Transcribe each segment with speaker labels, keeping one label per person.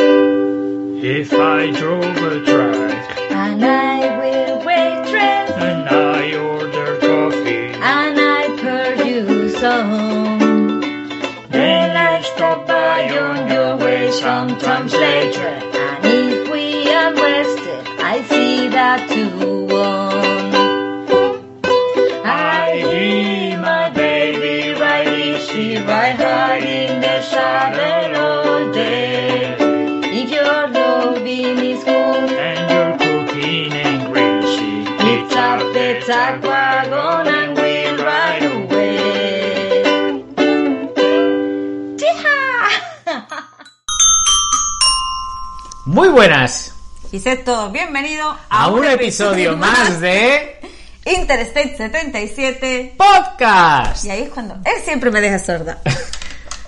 Speaker 1: If I drove a truck
Speaker 2: And I will wait trend
Speaker 1: and I ordered coffee,
Speaker 2: and I produce a home.
Speaker 1: then I stop by on your way sometimes later.
Speaker 2: And if we are wasted, I see that you won.
Speaker 1: I hear my baby right here, she right high in the saddle all day.
Speaker 2: If your loving is good,
Speaker 1: And you're cooking and greasy.
Speaker 2: it's up the tag wagon and we'll ride away. Yeehaw!
Speaker 3: Muy buenas
Speaker 4: Y sed todos bienvenidos
Speaker 3: a un episodio más de
Speaker 4: Interstate 77.
Speaker 3: podcast.
Speaker 4: Y ahí es cuando él siempre me deja sorda.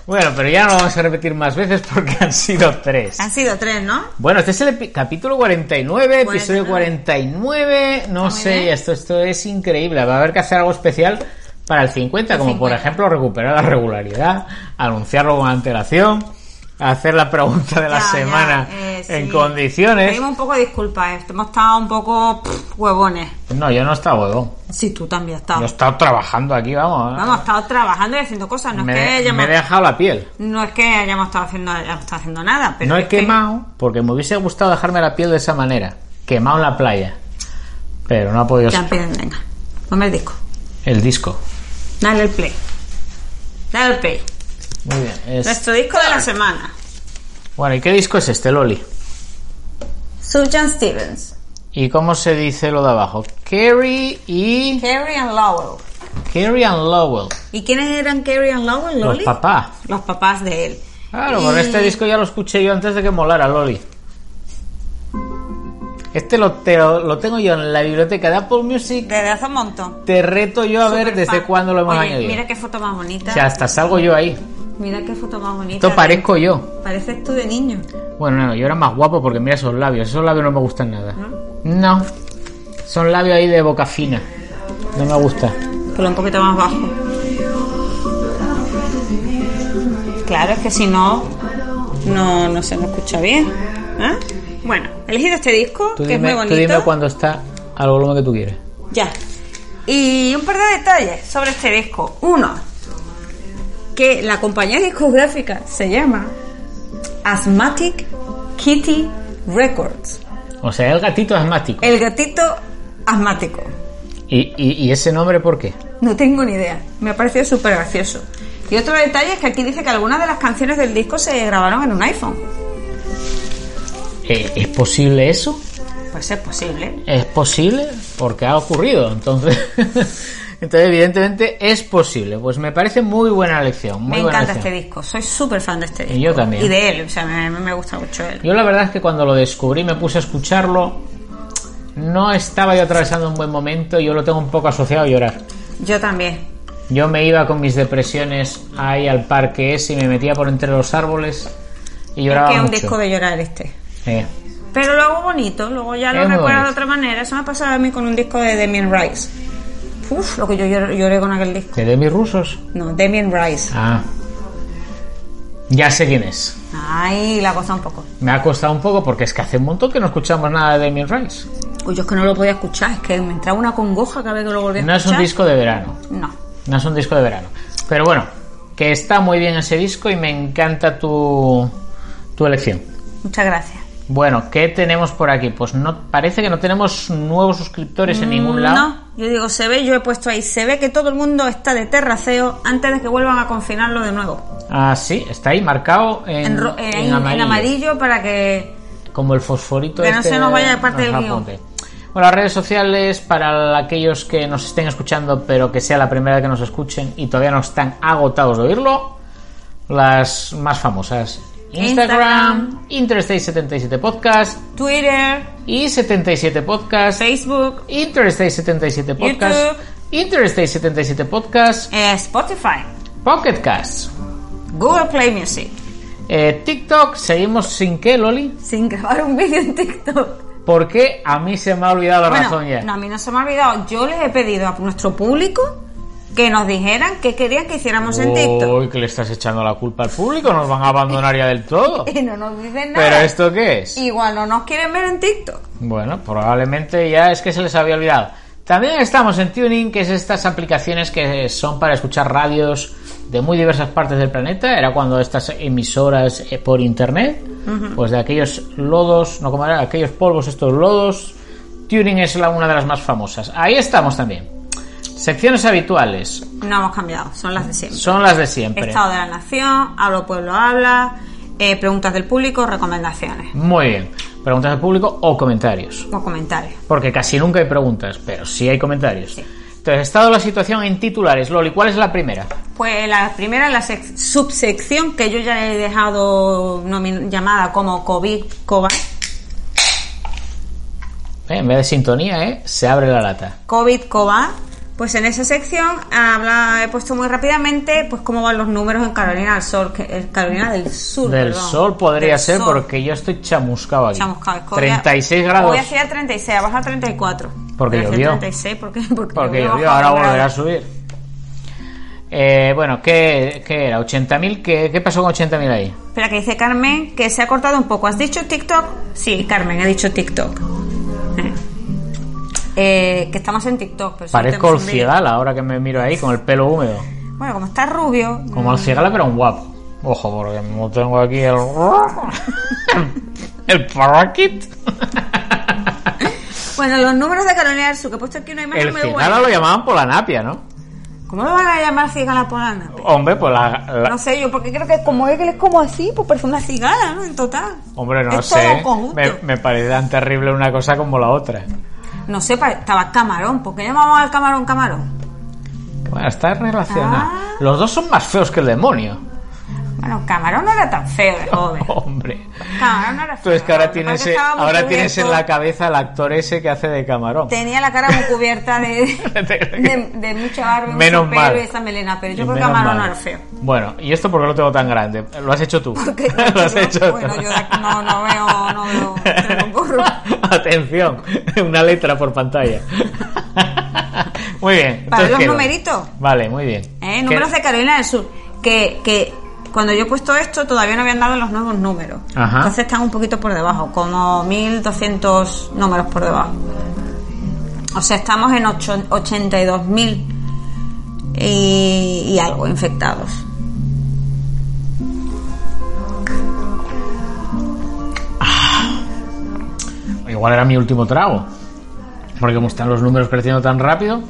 Speaker 3: Bueno, pero ya no vamos a repetir más veces porque han sido tres.
Speaker 4: Han sido tres, ¿no?
Speaker 3: Bueno, este es el epi- capítulo 49, episodio 49. No
Speaker 4: Muy bien.
Speaker 3: sé, esto, esto es increíble. Va a haber que hacer algo especial para el 50, como por
Speaker 4: 50.
Speaker 3: ejemplo recuperar la regularidad, anunciarlo con antelación, hacer la pregunta de la
Speaker 4: Ya, ya,
Speaker 3: semana
Speaker 4: eh,
Speaker 3: en
Speaker 4: sí.
Speaker 3: condiciones.
Speaker 4: Pedimos un poco de disculpas, eh, hemos estado un poco pff, huevones.
Speaker 3: No, yo no he estado, huevón.
Speaker 4: Sí, tú también has
Speaker 3: yo he
Speaker 4: estado.
Speaker 3: estado trabajando aquí, vamos.
Speaker 4: Vamos, he estado trabajando y haciendo cosas. No,
Speaker 3: me,
Speaker 4: es, que
Speaker 3: me
Speaker 4: hayamos,
Speaker 3: he dejado la piel.
Speaker 4: no es que hayamos estado haciendo, hayamos estado haciendo nada. Pero
Speaker 3: no he
Speaker 4: es que-
Speaker 3: quemado porque me hubiese gustado dejarme la piel de esa manera. Quemado en la playa. Pero no ha podido
Speaker 4: Ya,
Speaker 3: ser.
Speaker 4: piden, venga, ponme el disco.
Speaker 3: El disco.
Speaker 4: Dale el play. Dale el play.
Speaker 3: Muy bien. es-
Speaker 4: Nuestro disco de la semana.
Speaker 3: Bueno, ¿y qué disco es este, Loli?
Speaker 4: Sufjan Stevens.
Speaker 3: ¿Y cómo se dice lo de abajo? Kerry y...
Speaker 4: Carrie and Lowell.
Speaker 3: Kerry and Lowell.
Speaker 4: ¿Y quiénes eran Carrie and Lowell, Loli?
Speaker 3: Los papás.
Speaker 4: Los papás de él.
Speaker 3: Claro,
Speaker 4: Y-
Speaker 3: por este disco ya lo escuché yo antes de que molara, Loli. Este lo, te- lo tengo yo en la biblioteca de Apple Music.
Speaker 4: Desde hace un montón.
Speaker 3: Te reto yo a ver
Speaker 4: Superfan.
Speaker 3: desde cuándo lo hemos
Speaker 4: Oye,
Speaker 3: añadido.
Speaker 4: Mira qué foto más bonita.
Speaker 3: O sea, hasta salgo yo ahí.
Speaker 4: Mira qué foto más bonita.
Speaker 3: Esto parezco yo.
Speaker 4: Pareces tú de niño.
Speaker 3: Bueno, no, yo era más guapo porque mira esos labios. Esos labios no me gustan nada. No. Son labios ahí de boca fina. No me gusta.
Speaker 4: Ponlo un poquito más bajo. Claro, es que si no, no, no se me escucha bien. ¿Eh? Bueno, he elegido este disco,
Speaker 3: Tú
Speaker 4: que
Speaker 3: dime,
Speaker 4: es muy
Speaker 3: tú
Speaker 4: bonito.
Speaker 3: dime cuando está al volumen que tú quieres.
Speaker 4: Ya. Y un par de detalles sobre este disco. Uno, que la compañía discográfica se llama Asthmatic Kitty Records.
Speaker 3: O sea, el gatito asmático.
Speaker 4: El gatito asmático.
Speaker 3: ¿Y, y, y ese nombre por qué?
Speaker 4: No tengo ni idea. Me ha parecido súper gracioso. Y otro detalle es que aquí dice que algunas de las canciones del disco se grabaron en un iPhone.
Speaker 3: Eh, ¿Es posible eso?
Speaker 4: Pues es posible.
Speaker 3: ¿Es posible? Porque ha ocurrido. Entonces, entonces evidentemente, es posible. Pues me parece muy buena lección. Muy
Speaker 4: Me
Speaker 3: buena
Speaker 4: encanta
Speaker 3: elección.
Speaker 4: este disco. Soy súper fan de este disco.
Speaker 3: yo también.
Speaker 4: Y de él. O sea, me, me gusta mucho él.
Speaker 3: Yo la verdad es que cuando lo descubrí me puse a escucharlo. No estaba yo atravesando un buen momento, yo lo tengo un poco asociado a llorar.
Speaker 4: Yo también.
Speaker 3: Yo me iba con mis depresiones ahí al parque ese y me metía por entre los árboles y
Speaker 4: Es
Speaker 3: lloraba
Speaker 4: que es un
Speaker 3: mucho.
Speaker 4: disco de llorar este.
Speaker 3: Eh,
Speaker 4: Pero lo hago bonito, luego ya lo
Speaker 3: Es muy
Speaker 4: recuerdo de
Speaker 3: bonito.
Speaker 4: otra manera. Eso me ha pasado a mí con un disco de Damien Rice. Uf, lo que yo llor- lloré con aquel disco.
Speaker 3: ¿De mis rusos?
Speaker 4: No, Damien Rice.
Speaker 3: Ah. Ya sé quién es.
Speaker 4: Ay, la cosa un poco.
Speaker 3: Me ha costado un poco porque es que hace un montón que no escuchamos nada de Damien Rice.
Speaker 4: Uy, yo es que no lo podía escuchar, es que me entraba una congoja cada vez que lo volví a
Speaker 3: No es
Speaker 4: escuchar.
Speaker 3: un disco de verano.
Speaker 4: No.
Speaker 3: No es un disco de verano. Pero bueno, que está muy bien ese disco y me encanta tu, tu elección.
Speaker 4: Muchas gracias.
Speaker 3: Bueno, ¿qué tenemos por aquí? Pues no parece que no tenemos nuevos suscriptores en ningún lado.
Speaker 4: Mm, No, yo digo, se ve, yo he puesto ahí, se ve que todo el mundo está de terraceo antes de que vuelvan a confinarlo de nuevo.
Speaker 3: Ah, sí, está ahí marcado en,
Speaker 4: En, ro-
Speaker 3: en
Speaker 4: en- en amarillo para que
Speaker 3: Como el fosforito
Speaker 4: Que no
Speaker 3: este
Speaker 4: se nos vaya de parte
Speaker 3: nos
Speaker 4: del guión.
Speaker 3: apunte. Bueno, las redes sociales para aquellos que nos estén escuchando, pero que sea la primera vez que nos escuchen y todavía no están agotados de oírlo, las más famosas. Instagram,
Speaker 4: Instagram.
Speaker 3: Interstate77 Podcast
Speaker 4: Twitter,
Speaker 3: y 77 Podcast,
Speaker 4: Facebook,
Speaker 3: Interstate77 Podcast,
Speaker 4: YouTube.
Speaker 3: Interstate77 Podcast,
Speaker 4: eh, Spotify,
Speaker 3: Pocketcast,
Speaker 4: Google Play Music.
Speaker 3: eh, TikTok, seguimos sin qué, Loli,
Speaker 4: Sin grabar un vídeo en TikTok.
Speaker 3: porque a mí se me ha olvidado la razón ya.
Speaker 4: no, a mí no se me ha olvidado. Yo les he pedido a nuestro público que nos dijeran qué querían que hiciéramos en TikTok.
Speaker 3: Uy, que le estás echando la culpa al público, nos van a abandonar ya del todo.
Speaker 4: Y no nos dicen nada.
Speaker 3: ¿Pero esto qué es?
Speaker 4: Igual no nos quieren ver en TikTok.
Speaker 3: Bueno, probablemente ya es que se les había olvidado. También estamos en Tuning, que es estas aplicaciones que son para escuchar radios de muy diversas partes del planeta. Era cuando estas emisoras eh, por internet, pues de aquellos lodos, no como era, aquellos polvos, estos lodos. Tuning es la, una de las más famosas. Ahí estamos también. Secciones habituales
Speaker 4: No hemos cambiado, son las de siempre.
Speaker 3: son las de siempre.
Speaker 4: Estado de la Nación, Hablo Pueblo Habla, eh, preguntas del público, recomendaciones
Speaker 3: Muy bien. Preguntas del público o comentarios.
Speaker 4: o comentarios.
Speaker 3: Porque casi nunca hay preguntas, pero sí hay comentarios. Entonces, estado la situación en titulares. Loli, ¿cuál es la primera?
Speaker 4: Pues la primera, la sec- subsección que yo ya he dejado nomi- llamada como COVID, COVID,
Speaker 3: Eh, en vez de sintonía, ¿eh? Se abre la lata.
Speaker 4: COVID, COVID. Pues en esa sección habla, he puesto muy rápidamente pues cómo van los números en Carolina del Sol, que, eh, Carolina del Sur.
Speaker 3: Del
Speaker 4: perdón.
Speaker 3: sol podría
Speaker 4: Del
Speaker 3: ser
Speaker 4: Sur.
Speaker 3: porque yo estoy chamuscado aquí.
Speaker 4: Chamuscado, es que hoy ha-
Speaker 3: 36
Speaker 4: Hoy
Speaker 3: grados.
Speaker 4: hacía 36, ha bajado 34.
Speaker 3: Porque
Speaker 4: Hoy hacía
Speaker 3: llovió.
Speaker 4: 36, ¿por qué? Porque,
Speaker 3: Porque
Speaker 4: llovió,
Speaker 3: llovió,
Speaker 4: ha
Speaker 3: ahora
Speaker 4: bajado un
Speaker 3: volverá a
Speaker 4: grado.
Speaker 3: subir. Eh, bueno, ¿qué, qué era? ¿80.000? ¿Qué, ¿Qué pasó con 80.000 ahí?
Speaker 4: Espera, que dice Carmen que se ha cortado un poco. ¿Has dicho TikTok? Sí, Carmen, he dicho TikTok. Eh. Eh, que estamos en TikTok. Pero sí
Speaker 3: Parezco el
Speaker 4: tenemos un vídeo.
Speaker 3: cigala ahora que me miro ahí con el pelo húmedo.
Speaker 4: Bueno, como está rubio.
Speaker 3: Como el cigala, pero un guapo. Ojo, porque no tengo aquí el. el paraquit.
Speaker 4: Bueno, los números de Carolina del Sur, que he puesto aquí una imagen
Speaker 3: El
Speaker 4: muy
Speaker 3: cigala
Speaker 4: buena.
Speaker 3: lo llamaban por la napia, ¿no?
Speaker 4: ¿Cómo lo van a llamar cigala polana?
Speaker 3: Hombre, pues la- la,
Speaker 4: No sé, yo porque creo que como él es como así, pues parece una cigala, ¿no? En total.
Speaker 3: Hombre, no
Speaker 4: Es todo
Speaker 3: sé.
Speaker 4: un conjunto.
Speaker 3: Me, me parece tan terrible una cosa como la otra.
Speaker 4: No sé, pa- estaba camarón. ¿Por qué llamamos al camarón camarón?
Speaker 3: Bueno, está relacionado.
Speaker 4: Ah.
Speaker 3: Los dos son más feos que el demonio.
Speaker 4: Bueno, camarón no era tan feo de joven.
Speaker 3: Hombre.
Speaker 4: Camarón no era feo.
Speaker 3: Entonces que ahora
Speaker 4: Lo pasa
Speaker 3: tienes,
Speaker 4: que estaba muy
Speaker 3: ahora tienes en
Speaker 4: cubierto.
Speaker 3: la cabeza al actor ese que hace de camarón.
Speaker 4: Tenía la cara muy cubierta de, de, de mucha barba,
Speaker 3: Menos
Speaker 4: mucho pelo
Speaker 3: mal.
Speaker 4: y esa melena, pero yo creo que
Speaker 3: Menos
Speaker 4: camarón no
Speaker 3: mal.
Speaker 4: era feo.
Speaker 3: Bueno, ¿y esto por qué lo tengo tan grande? Lo has hecho tú.
Speaker 4: Porque
Speaker 3: lo has
Speaker 4: yo-
Speaker 3: hecho tú.
Speaker 4: bueno, yo de aquí no- no veo- no veo, tengo un gorro.
Speaker 3: Atención, una letra por pantalla. muy bien.
Speaker 4: Para
Speaker 3: entonces
Speaker 4: los
Speaker 3: quedo.
Speaker 4: numeritos.
Speaker 3: Vale, muy bien.
Speaker 4: ¿eh?
Speaker 3: ¿Qué-
Speaker 4: Números de Carolina del Sur. Que, que cuando yo he puesto esto todavía no habían dado los nuevos números.
Speaker 3: Ajá.
Speaker 4: Entonces están un poquito por debajo, como 1200 números por debajo. O sea, estamos en ocho- 82.000 y, y algo infectados.
Speaker 3: Igual era mi último trago. Porque como están los números creciendo tan rápido.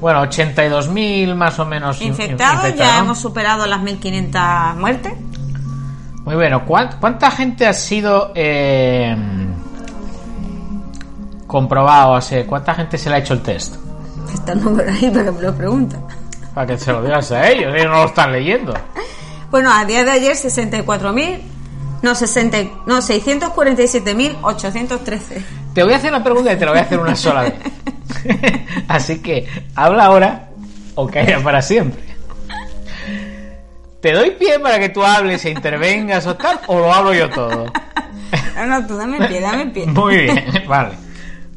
Speaker 3: Bueno, 82.000 más o menos in-
Speaker 4: Infectados,
Speaker 3: infectados.
Speaker 4: ya hemos superado las 1500 muertes.
Speaker 3: Muy bueno, ¿cuán- ¿cuánta gente ha sido eh, comprobado? o sea, ¿Cuánta gente se le ha hecho el test?
Speaker 4: Está el número ahí para que me lo pregunta.
Speaker 3: Para que se lo digas a ellos, ellos no lo están leyendo.
Speaker 4: Bueno, a día de ayer 64.000, no, 60, y- no 647.813.
Speaker 3: Te voy a hacer una pregunta y te la voy a hacer una sola vez. Así que habla ahora o calla para siempre. ¿Te doy pie para que tú hables e intervengas o tal? ¿O lo hablo yo todo?
Speaker 4: No, Ah, no, tú dame pie, dame pie.
Speaker 3: Muy bien, vale.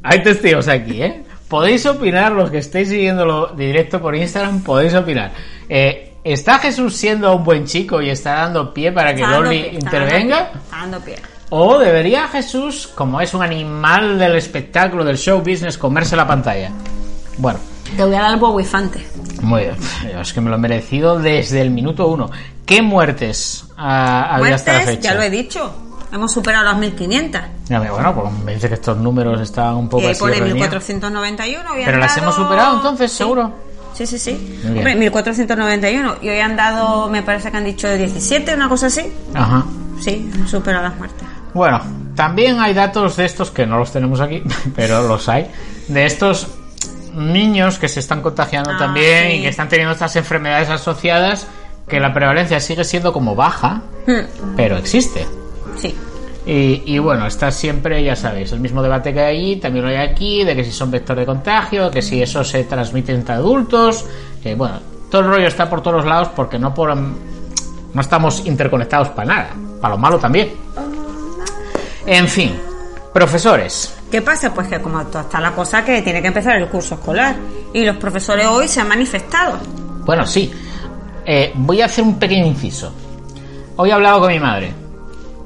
Speaker 3: Hay testigos aquí, ¿eh? Podéis opinar, los que estéis siguiéndolo directo por Instagram, podéis opinar. Eh, ¿Está Jesús siendo un buen chico y está dando pie para que
Speaker 4: Está dando
Speaker 3: Loli
Speaker 4: pie, está dando
Speaker 3: intervenga?
Speaker 4: pie, Está dando pie.
Speaker 3: ¿O debería Jesús, como es un animal del espectáculo, del show business, comerse la pantalla? Bueno,
Speaker 4: Te voy a dar el bobifante.
Speaker 3: muy bien. Yo Es que me lo he merecido desde el minuto uno. ¿Qué muertes ah, había hasta la
Speaker 4: Muertes,
Speaker 3: fecha?
Speaker 4: ya lo he dicho. Hemos superado las 1500.
Speaker 3: Ya ve, bueno, pues me dice que estos números estaban un poco
Speaker 4: Eh,
Speaker 3: así.
Speaker 4: por el
Speaker 3: reñidos.
Speaker 4: 1491. hoy han
Speaker 3: Pero las
Speaker 4: dado-
Speaker 3: hemos superado entonces,
Speaker 4: Sí.
Speaker 3: seguro.
Speaker 4: Sí, sí, sí.
Speaker 3: Muy bien.
Speaker 4: Hombre, 1491. Y hoy han dado, me parece que han dicho 17, una cosa así.
Speaker 3: Ajá.
Speaker 4: Sí, hemos superado las muertes.
Speaker 3: Bueno, también hay datos de estos que no los tenemos aquí, pero los hay, de estos niños que se están contagiando
Speaker 4: Ah,
Speaker 3: también
Speaker 4: sí.
Speaker 3: y que están teniendo estas enfermedades asociadas, que la prevalencia sigue siendo como baja,
Speaker 4: Hmm,
Speaker 3: pero existe.
Speaker 4: Sí.
Speaker 3: Y, y bueno, está siempre, ya sabéis, el mismo debate que hay allí, también lo hay aquí, de que si son vector de contagio, que si eso se transmite entre adultos, que bueno, todo el rollo está por todos lados porque no por no estamos interconectados para nada, para lo malo también. En fin, profesores,
Speaker 4: ¿Qué pasa? Pues que como to- está la cosa que tiene que empezar el curso escolar y los profesores hoy se han manifestado.
Speaker 3: Bueno, sí. Eh, voy a hacer un pequeño inciso. Hoy he hablado con mi madre.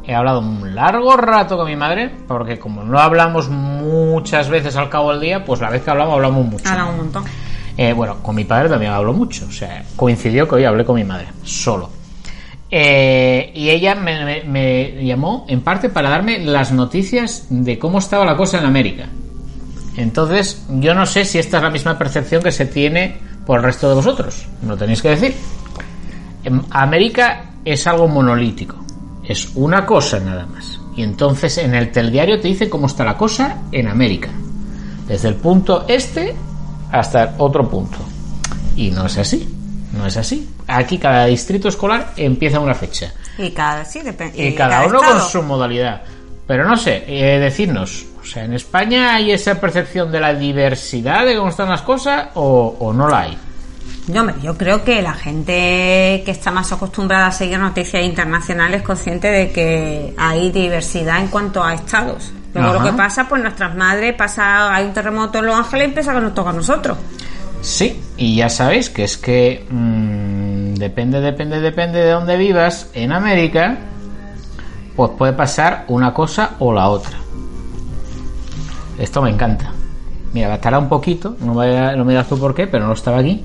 Speaker 3: He hablado un largo rato con mi madre, porque como no hablamos muchas veces al cabo del día, pues la vez que hablamos hablamos mucho.
Speaker 4: Hablan un montón.
Speaker 3: Eh, bueno, con mi padre también hablo mucho. O sea, coincidió que hoy hablé con mi madre, solo. Eh, y ella me, me- me llamó en parte para darme las noticias de cómo estaba la cosa en América. Entonces, yo no sé si esta es la misma percepción que se tiene por el resto de vosotros. Me lo tenéis que decir. Em, América es algo monolítico. Es una cosa nada más. Y entonces en el telediario te dice cómo está la cosa en América. Desde el punto este hasta el otro punto. Y no es así. No es así. Aquí cada distrito escolar empieza una fecha.
Speaker 4: Y cada, sí, depen-
Speaker 3: Y, cada, uno
Speaker 4: estado.
Speaker 3: con su modalidad. Pero no sé, eh, decirnos, o sea, ¿en España hay esa percepción de la diversidad de cómo están las cosas o, o no la hay?
Speaker 4: No, hombre, yo creo que la gente que está más acostumbrada a seguir noticias internacionales es consciente de que hay diversidad en cuanto a estados. Luego lo
Speaker 3: Ajá.
Speaker 4: que pasa, pues nuestras madres, pasa, hay un terremoto en Los Ángeles y empieza que nos toca a nosotros.
Speaker 3: Sí, y ya sabéis que es que mm, depende, depende, depende de dónde vivas en América, pues puede pasar una cosa o la otra. Esto me encanta. Mira, bastará un poquito, no, vaya- no me digas tú por qué, pero no estaba aquí.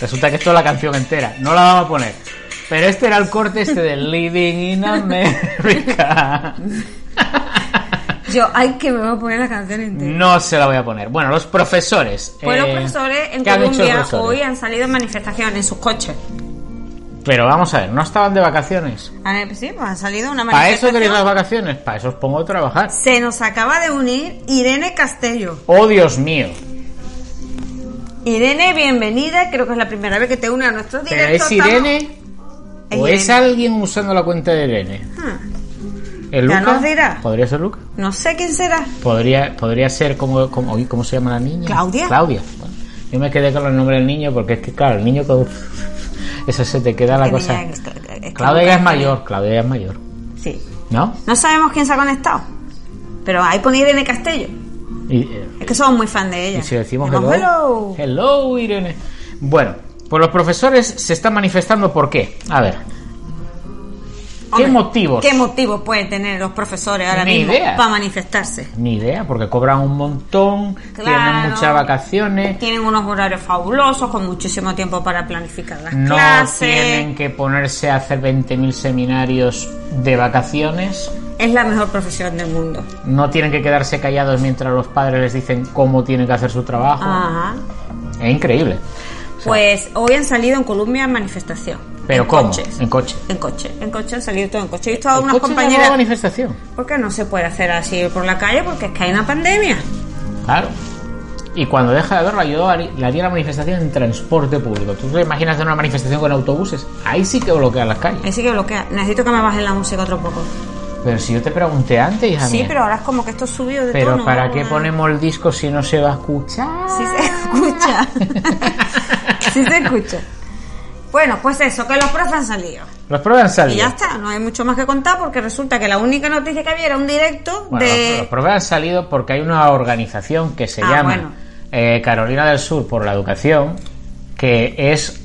Speaker 3: Resulta que esto es la canción entera, no la vamos a poner. Pero este era el corte este de Living in America.
Speaker 4: Yo, ay, que me voy a poner la canción entera.
Speaker 3: No se la voy a poner. Bueno, los profesores.
Speaker 4: Pues los
Speaker 3: eh,
Speaker 4: profesores en
Speaker 3: ¿qué han hecho los
Speaker 4: Colombia
Speaker 3: profesores?
Speaker 4: hoy han salido en manifestación en sus coches.
Speaker 3: Pero vamos a ver, ¿no estaban de vacaciones?
Speaker 4: A ver, sí, pues han salido una
Speaker 3: ¿Para eso
Speaker 4: manifestación.
Speaker 3: queréis las vacaciones? Para eso os pongo a trabajar.
Speaker 4: Se nos acaba de unir Irene Castello.
Speaker 3: ¡Oh, Dios mío!
Speaker 4: Irene, bienvenida. Creo que es la primera vez que te une a nuestro directo.
Speaker 3: ¿Pero es
Speaker 4: Estamos-
Speaker 3: Irene
Speaker 4: Es
Speaker 3: o
Speaker 4: Irene.
Speaker 3: es alguien usando la cuenta de Irene?
Speaker 4: Ah,
Speaker 3: ¿El
Speaker 4: Ya
Speaker 3: Luca?
Speaker 4: nos dirá.
Speaker 3: ¿Podría ser Luca?
Speaker 4: no sé quién será.
Speaker 3: Podría, podría ser como, como uy, ¿cómo se llama la niña?
Speaker 4: Claudia.
Speaker 3: Claudia. Bueno, yo me quedé con el nombre del niño porque es que, claro, el niño con... Eso se te queda la
Speaker 4: Que
Speaker 3: cosa.
Speaker 4: niña- es que- es que
Speaker 3: Claudia
Speaker 4: nunca-
Speaker 3: ya es mayor, Claudia ya es mayor.
Speaker 4: Sí.
Speaker 3: ¿No?
Speaker 4: No sabemos quién se ha conectado. Pero ahí pone Irene Castello.
Speaker 3: Y, eh,
Speaker 4: Es que somos muy fan de ella.
Speaker 3: Y si decimos
Speaker 4: Decimos,
Speaker 3: hello.
Speaker 4: hello.
Speaker 3: Hello, Irene. Bueno, pues los profesores se están manifestando por qué. A ver. ¿Qué
Speaker 4: Hombre,
Speaker 3: motivos?
Speaker 4: ¿Qué motivos pueden tener los profesores ahora
Speaker 3: Ni
Speaker 4: mismo
Speaker 3: idea.
Speaker 4: para manifestarse?
Speaker 3: Ni idea, porque cobran un montón, tienen
Speaker 4: Claro.
Speaker 3: muchas vacaciones,
Speaker 4: Tienen unos horarios fabulosos, con muchísimo tiempo para planificar las
Speaker 3: no
Speaker 4: clases.
Speaker 3: tienen que ponerse a hacer 20.000 seminarios de vacaciones,
Speaker 4: Es la mejor profesión del mundo.
Speaker 3: no tienen que quedarse callados mientras los padres les dicen cómo tienen que hacer su trabajo.
Speaker 4: Ajá.
Speaker 3: Es increíble.
Speaker 4: Pues hoy han salido en Colombia en manifestación.
Speaker 3: Pero
Speaker 4: en
Speaker 3: ¿cómo?
Speaker 4: coches.
Speaker 3: En coche.
Speaker 4: En coche. En coche han salido todos en coche. He visto a
Speaker 3: En
Speaker 4: unas
Speaker 3: coche no hubo
Speaker 4: compañeras.
Speaker 3: manifestación.
Speaker 4: Porque no se puede hacer así por la calle porque es que hay una pandemia.
Speaker 3: Claro. Y cuando deja de verla, yo harí- le haría la manifestación en transporte público. ¿Tú te imaginas hacer una manifestación con autobuses? Ahí sí que bloquean las calles.
Speaker 4: Ahí sí que bloquea. Necesito que me bajen la música otro poco.
Speaker 3: Pero si yo te pregunté antes, hija
Speaker 4: Sí,
Speaker 3: mía,
Speaker 4: pero ahora es como que esto es subido de
Speaker 3: ¿pero
Speaker 4: tono.
Speaker 3: ¿para
Speaker 4: ¿no?
Speaker 3: qué ponemos el disco si no se va a escuchar?
Speaker 4: Sí se escucha. sí se escucha. Bueno, pues eso, que los profes han salido.
Speaker 3: Los pruebas han
Speaker 4: Y
Speaker 3: salido.
Speaker 4: ya está, no hay mucho más que contar porque resulta que la única noticia que había era un directo
Speaker 3: Bueno,
Speaker 4: de...
Speaker 3: los, los pruebas han salido porque hay una organización que se
Speaker 4: Ah,
Speaker 3: llama
Speaker 4: bueno.
Speaker 3: eh, Carolina del Sur por la Educación, que es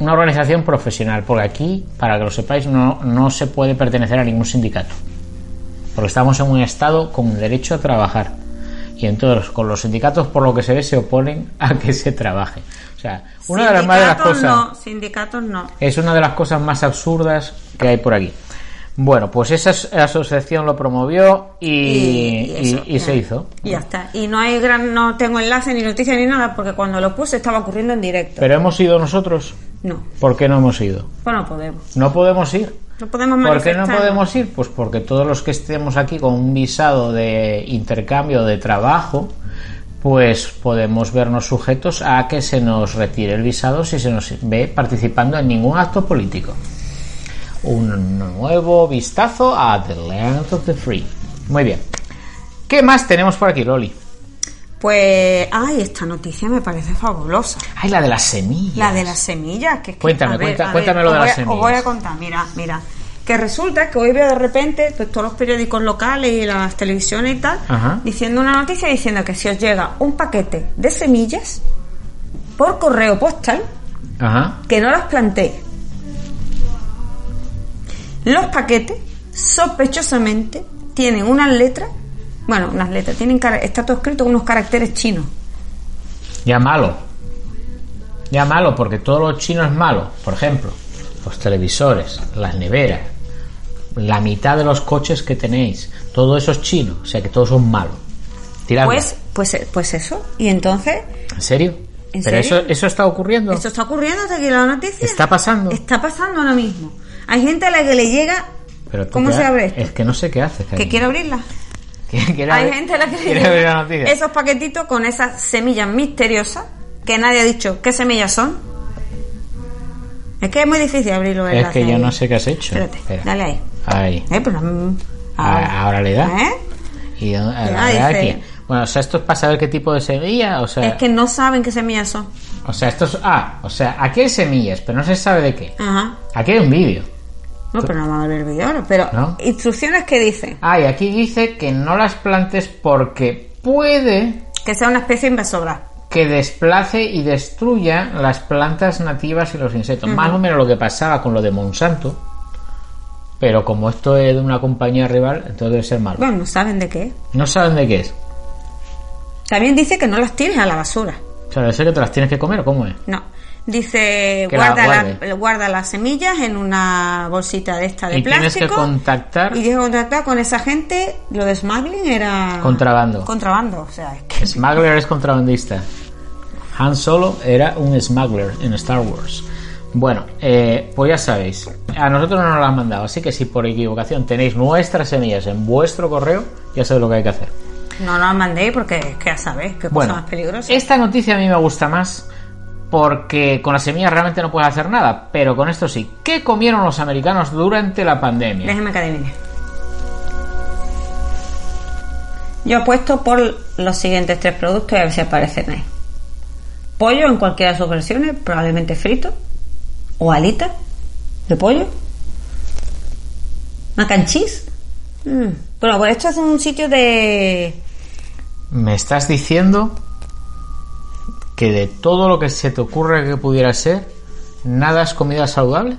Speaker 3: una organización profesional, porque aquí, para que lo sepáis, no, no se puede pertenecer a ningún sindicato, porque estamos en un estado con derecho a trabajar. Y entonces, con los sindicatos, por lo que se ve, se oponen a que se trabaje. O sea, una de las más de las
Speaker 4: Sindicatos
Speaker 3: cosas
Speaker 4: no, sindicatos no.
Speaker 3: es una de las cosas más absurdas que hay por aquí. Bueno, pues esa as- asociación lo promovió y,
Speaker 4: Y- y eso,
Speaker 3: y- y se
Speaker 4: ya.
Speaker 3: hizo.
Speaker 4: Y ya está. Y no hay gran, no tengo enlace ni noticia ni nada porque cuando lo puse estaba ocurriendo en directo.
Speaker 3: Pero hemos ido nosotros.
Speaker 4: no,
Speaker 3: ¿Por qué no hemos ido?
Speaker 4: pues no podemos.
Speaker 3: No podemos ir.
Speaker 4: No podemos
Speaker 3: ¿Por qué no
Speaker 4: manifestarnos.
Speaker 3: podemos ir? Pues porque todos los que estemos aquí con un visado de intercambio de trabajo, pues podemos vernos sujetos a que se nos retire el visado si se nos ve participando en ningún acto político. Un nuevo vistazo a The Land of the Free. Muy bien. ¿Qué más tenemos por aquí, Loli?
Speaker 4: Pues, ay, esta noticia me parece fabulosa.
Speaker 3: Ay, la de las semillas.
Speaker 4: La de las semillas, que es que-
Speaker 3: Cuéntame,
Speaker 4: a ver,
Speaker 3: cuenta-
Speaker 4: a
Speaker 3: cuéntame lo
Speaker 4: os
Speaker 3: de las
Speaker 4: voy a-
Speaker 3: semillas.
Speaker 4: Os voy a contar, mira, mira. Que resulta que hoy veo de repente pues, todos los periódicos locales y las televisiones y tal
Speaker 3: Ajá.
Speaker 4: diciendo una noticia diciendo que si os llega un paquete de semillas por correo postal,
Speaker 3: Ajá.
Speaker 4: que no las planté. Los paquetes, sospechosamente, tienen unas letras, bueno, unas letras, tienen cara- está todo escrito con unos caracteres chinos.
Speaker 3: Ya malo. Ya malo, porque todo lo chino es malo. Por ejemplo, los televisores, las neveras, la mitad de los coches que tenéis, todo eso es chino. O sea que todos son malos. Tiradlo.
Speaker 4: Pues, pues, pues eso. Y entonces,
Speaker 3: ¿En serio?
Speaker 4: ¿En
Speaker 3: ¿Pero
Speaker 4: serio?
Speaker 3: Eso, eso está ocurriendo?
Speaker 4: esto está ocurriendo hasta aquí la noticia.
Speaker 3: ¿Está pasando?
Speaker 4: Está pasando ahora mismo. Hay gente a la que le llega.
Speaker 3: Pero tú
Speaker 4: ¿Cómo
Speaker 3: qué
Speaker 4: se
Speaker 3: ha-
Speaker 4: abre esto?
Speaker 3: Es que no sé qué haces.
Speaker 4: Que
Speaker 3: cariño.
Speaker 4: quiere abrirla.
Speaker 3: Que quiere
Speaker 4: Hay
Speaker 3: abrir-
Speaker 4: gente a la que le
Speaker 3: quiere
Speaker 4: llega
Speaker 3: abrir la noticia.
Speaker 4: esos paquetitos con esas semillas misteriosas que nadie ha dicho qué semillas son. Es que es muy difícil abrirlo.
Speaker 3: Es que yo no sé qué has hecho.
Speaker 4: Espérate,
Speaker 3: Espera.
Speaker 4: dale ahí.
Speaker 3: Ahí.
Speaker 4: Eh, pero, mm,
Speaker 3: Ah, Ahora le da.
Speaker 4: ¿Eh?
Speaker 3: Y, ah,
Speaker 4: Ya,
Speaker 3: la verdad
Speaker 4: dice-
Speaker 3: que- Bueno, o sea, esto es para saber qué tipo de semilla, o sea,
Speaker 4: Es que no saben qué semillas son.
Speaker 3: o sea, esto es ah, o sea, aquí hay semillas, pero no se sabe de qué.
Speaker 4: Ajá.
Speaker 3: Aquí hay un vídeo.
Speaker 4: No, pero no vamos a ver el vídeo ahora. Pero
Speaker 3: ¿No?
Speaker 4: instrucciones que dicen
Speaker 3: Ah, y aquí dice que no las plantes porque puede
Speaker 4: que sea una especie invasoras
Speaker 3: que desplace y destruya las plantas nativas y los insectos. Más o menos lo que pasaba con lo de Monsanto, pero como esto es de una compañía rival, entonces debe ser malo.
Speaker 4: Bueno, no saben de qué.
Speaker 3: No saben de qué es.
Speaker 4: También dice que no las tires a la basura.
Speaker 3: O sea, debe ser que te las tienes que comer o cómo es.
Speaker 4: No. Dice,
Speaker 3: Que la
Speaker 4: guarda, la-
Speaker 3: guarde.
Speaker 4: guarda las semillas en una bolsita de esta de
Speaker 3: Y tienes
Speaker 4: plástico.
Speaker 3: que contactar-
Speaker 4: Y tienes que contactar con esa gente. Lo de smuggling era...
Speaker 3: Contrabando.
Speaker 4: Contrabando, o sea, es que...
Speaker 3: Smuggler es contrabandista. Han Solo era un smuggler en Star Wars. Bueno, eh, pues ya sabéis, a nosotros no nos lo han mandado, así que si por equivocación tenéis nuestras semillas en vuestro correo, ya sabéis lo que hay que hacer.
Speaker 4: No las mandéis porque es que ya sabéis que
Speaker 3: Bueno,
Speaker 4: cosa más peligrosa.
Speaker 3: esta noticia a mí me gusta más porque con las semillas realmente no puedes hacer nada, pero con esto sí. ¿Qué comieron los americanos durante la pandemia?
Speaker 4: Déjeme que adivine. Yo apuesto por los siguientes tres productos y a ver si aparecen ahí. Pollo en cualquiera de sus versiones, probablemente frito. O alita de pollo. Mac and cheese. Mm. Bueno, pues esto es un sitio de...
Speaker 3: Me estás diciendo que de todo lo que se te ocurre que pudiera ser, nada es comida saludable.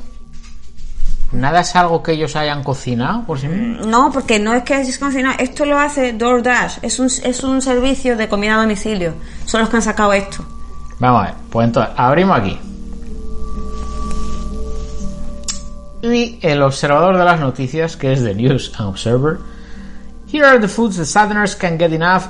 Speaker 3: Nada es algo que ellos hayan cocinado por sí mismos.
Speaker 4: No, porque no es que es confinado. Esto lo hace DoorDash. Es un, es un servicio de comida a domicilio. Son los que han sacado esto.
Speaker 3: Vamos a ver, pues entonces, abrimos aquí. Y el observador de las noticias, que es The News Observer. Here are the foods the Southerners can get enough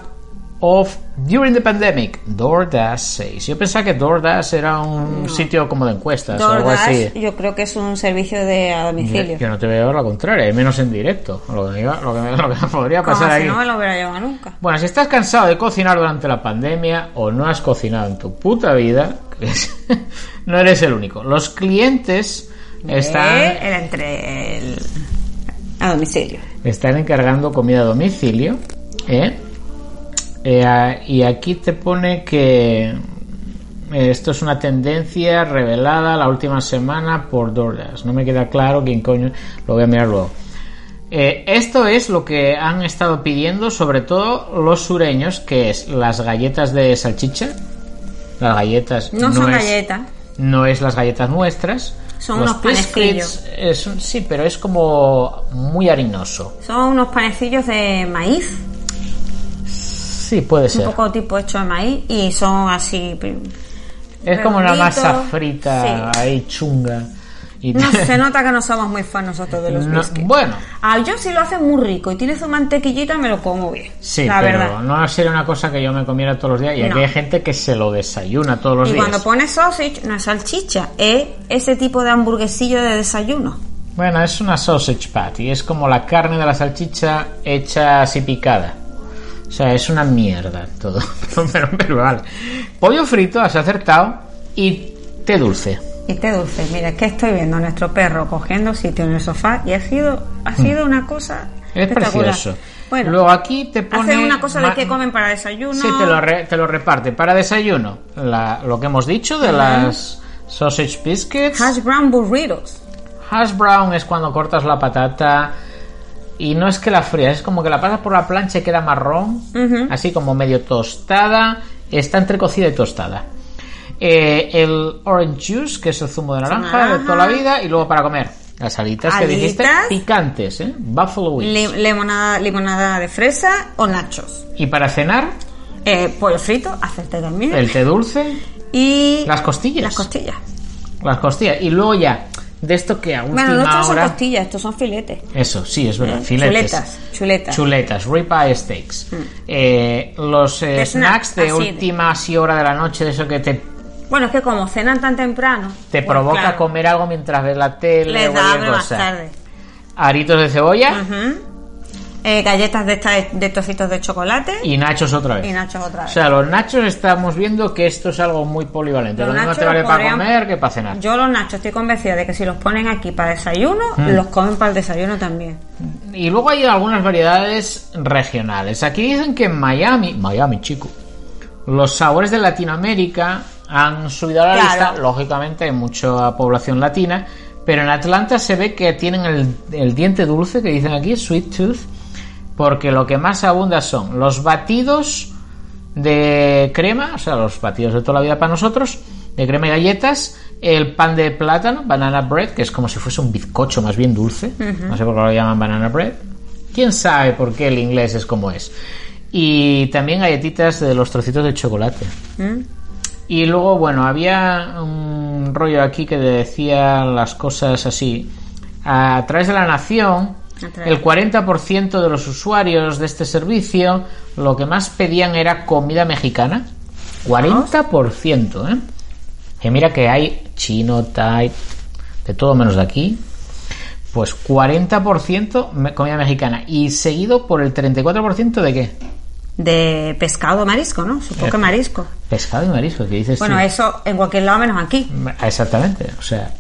Speaker 3: of during the pandemic. DoorDash 6. Yo pensaba que DoorDash era un sitio como de encuestas o Ah, algo así. eh.
Speaker 4: DoorDash yo creo que es un servicio de a domicilio.
Speaker 3: Yo, yo no te veo lo contrario, y menos en directo. Lo que, me iba- lo que me- lo que me podría
Speaker 4: Como
Speaker 3: pasar
Speaker 4: si
Speaker 3: aquí.
Speaker 4: no me lo hubiera llevado nunca.
Speaker 3: Bueno, si estás cansado de cocinar durante la pandemia o no has cocinado en tu puta vida, no eres el único. Los clientes están,
Speaker 4: Eh, Era entre el... a domicilio.
Speaker 3: están encargando comida a domicilio. ¿eh? Eh, a- y aquí te pone que eh, esto es una tendencia revelada la última semana por DoorDash. No me queda claro quién coño. Lo voy a mirar luego. Eh, esto es lo que han estado pidiendo, sobre todo los sureños, que es las galletas de salchicha. Las galletas
Speaker 4: No, son
Speaker 3: es-
Speaker 4: galletas.
Speaker 3: no es las galletas nuestras.
Speaker 4: Son
Speaker 3: Los
Speaker 4: unos panecillos.
Speaker 3: biscuits es un- sí, pero es como muy harinoso.
Speaker 4: Son unos panecillos de maíz,
Speaker 3: Sí, puede ser.
Speaker 4: un poco tipo hecho de maíz, y son así.
Speaker 3: Es como una masa
Speaker 4: redonditos.
Speaker 3: frita
Speaker 4: Sí.
Speaker 3: ahí chunga. Y-
Speaker 4: No, se nota que no somos muy fans nosotros de los
Speaker 3: No,
Speaker 4: biscuits.
Speaker 3: bueno.
Speaker 4: Ah, yo si lo hacen muy rico y tiene su mantequillita me lo como bien.
Speaker 3: Sí,
Speaker 4: la
Speaker 3: pero
Speaker 4: verdad.
Speaker 3: no sería una cosa que yo me comiera todos los días. Y
Speaker 4: No.
Speaker 3: aquí hay gente que se lo desayuna todos los
Speaker 4: Y
Speaker 3: días.
Speaker 4: cuando pone sausage no es salchicha, es ese tipo de hamburguesillo de desayuno.
Speaker 3: Bueno, es una sausage patty. Es como la carne de la salchicha hecha así picada. O sea, es una mierda todo. pero, pero vale. Pollo frito, has acertado. Y té dulce.
Speaker 4: Y te este dulce, mira, es que estoy viendo a nuestro perro cogiendo sitio en el sofá y ha sido, ha sido una cosa
Speaker 3: Mm. Es
Speaker 4: espectacular.
Speaker 3: precioso.
Speaker 4: Bueno,
Speaker 3: Luego aquí te pone...
Speaker 4: hacen una cosa de
Speaker 3: ma-
Speaker 4: que comen para desayuno.
Speaker 3: Sí, te lo, re- te lo reparte. Para desayuno, la- lo que hemos dicho de las sausage biscuits.
Speaker 4: Hash brown burritos.
Speaker 3: Hash brown es cuando cortas la patata y no es que la frías, es como que la pasas por la plancha y queda marrón,
Speaker 4: Ujú.
Speaker 3: así como medio tostada, está entre cocida y tostada. Eh, el orange juice, que es el zumo de naranja, de toda la
Speaker 4: Naranja.
Speaker 3: vida, y luego para comer. Las alitas que dijiste
Speaker 4: Alitas.
Speaker 3: picantes, ¿eh? Buffalo wings.
Speaker 4: Li- limonada, limonada de fresa o nachos.
Speaker 3: y para cenar,
Speaker 4: Eh, pollo frito, hacerte también.
Speaker 3: el té dulce,
Speaker 4: ¿Eh? y
Speaker 3: las costillas.
Speaker 4: las costillas.
Speaker 3: Las costillas. Y luego ya, de esto que a última
Speaker 4: Bueno, no estos son
Speaker 3: hora...
Speaker 4: costillas, estos son filetes.
Speaker 3: Eso, sí, es verdad.
Speaker 4: Eh,
Speaker 3: Filetes.
Speaker 4: Chuletas, chuletas.
Speaker 3: Chuletas, ribeye steaks. Eh, los eh,
Speaker 4: De snack,
Speaker 3: snacks de
Speaker 4: así de-
Speaker 3: última así, hora de la noche, de eso que te,
Speaker 4: bueno, es que como cenan tan temprano,
Speaker 3: te
Speaker 4: pues,
Speaker 3: provoca
Speaker 4: claro,
Speaker 3: comer algo mientras ves la tele o
Speaker 4: les da hambre
Speaker 3: cualquier
Speaker 4: más
Speaker 3: cosa.
Speaker 4: tarde.
Speaker 3: Aritos de cebolla
Speaker 4: Ujú. Eh, galletas de estas de trocitos de chocolate y,
Speaker 3: y nachos otra vez.
Speaker 4: nachos otra
Speaker 3: O
Speaker 4: vez.
Speaker 3: sea, los nachos estamos viendo que esto es algo muy polivalente.
Speaker 4: Los
Speaker 3: lo mismo
Speaker 4: nachos
Speaker 3: te vale
Speaker 4: los
Speaker 3: para
Speaker 4: podrían-
Speaker 3: comer que para cenar.
Speaker 4: Yo los nachos estoy convencida de que si los ponen aquí para desayuno,
Speaker 3: Hmm.
Speaker 4: los comen para el desayuno también.
Speaker 3: Y luego hay algunas variedades regionales. Aquí dicen que en Miami, Miami chico, los sabores de Latinoamérica han subido a la
Speaker 4: Claro.
Speaker 3: lista. Lógicamente hay mucha población latina, pero en Atlanta se ve que tienen el, el diente dulce que dicen aquí, sweet tooth, porque lo que más abunda son los batidos de crema, o sea, los batidos de toda la vida para nosotros, de crema y galletas, el pan de plátano, banana bread, que es como si fuese un bizcocho más bien dulce, no sé por qué lo llaman banana bread, quién sabe por qué el inglés es como es, y también galletitas de los trocitos de chocolate. Y luego, bueno, había un rollo aquí que decía las cosas así. A través de la nación,
Speaker 4: A través.
Speaker 3: el 40% de los usuarios de este servicio lo que más pedían era comida mexicana. 40%, ¿eh? Que mira que hay chino, thai, de todo menos de aquí. Pues 40% me- comida mexicana. Y seguido por el 34% de qué?
Speaker 4: De pescado, marisco, ¿no? Supongo
Speaker 3: Eh,
Speaker 4: que marisco.
Speaker 3: Pescado y marisco, que dices
Speaker 4: Bueno,
Speaker 3: tú.
Speaker 4: eso en cualquier lado menos aquí.
Speaker 3: Exactamente, o sea,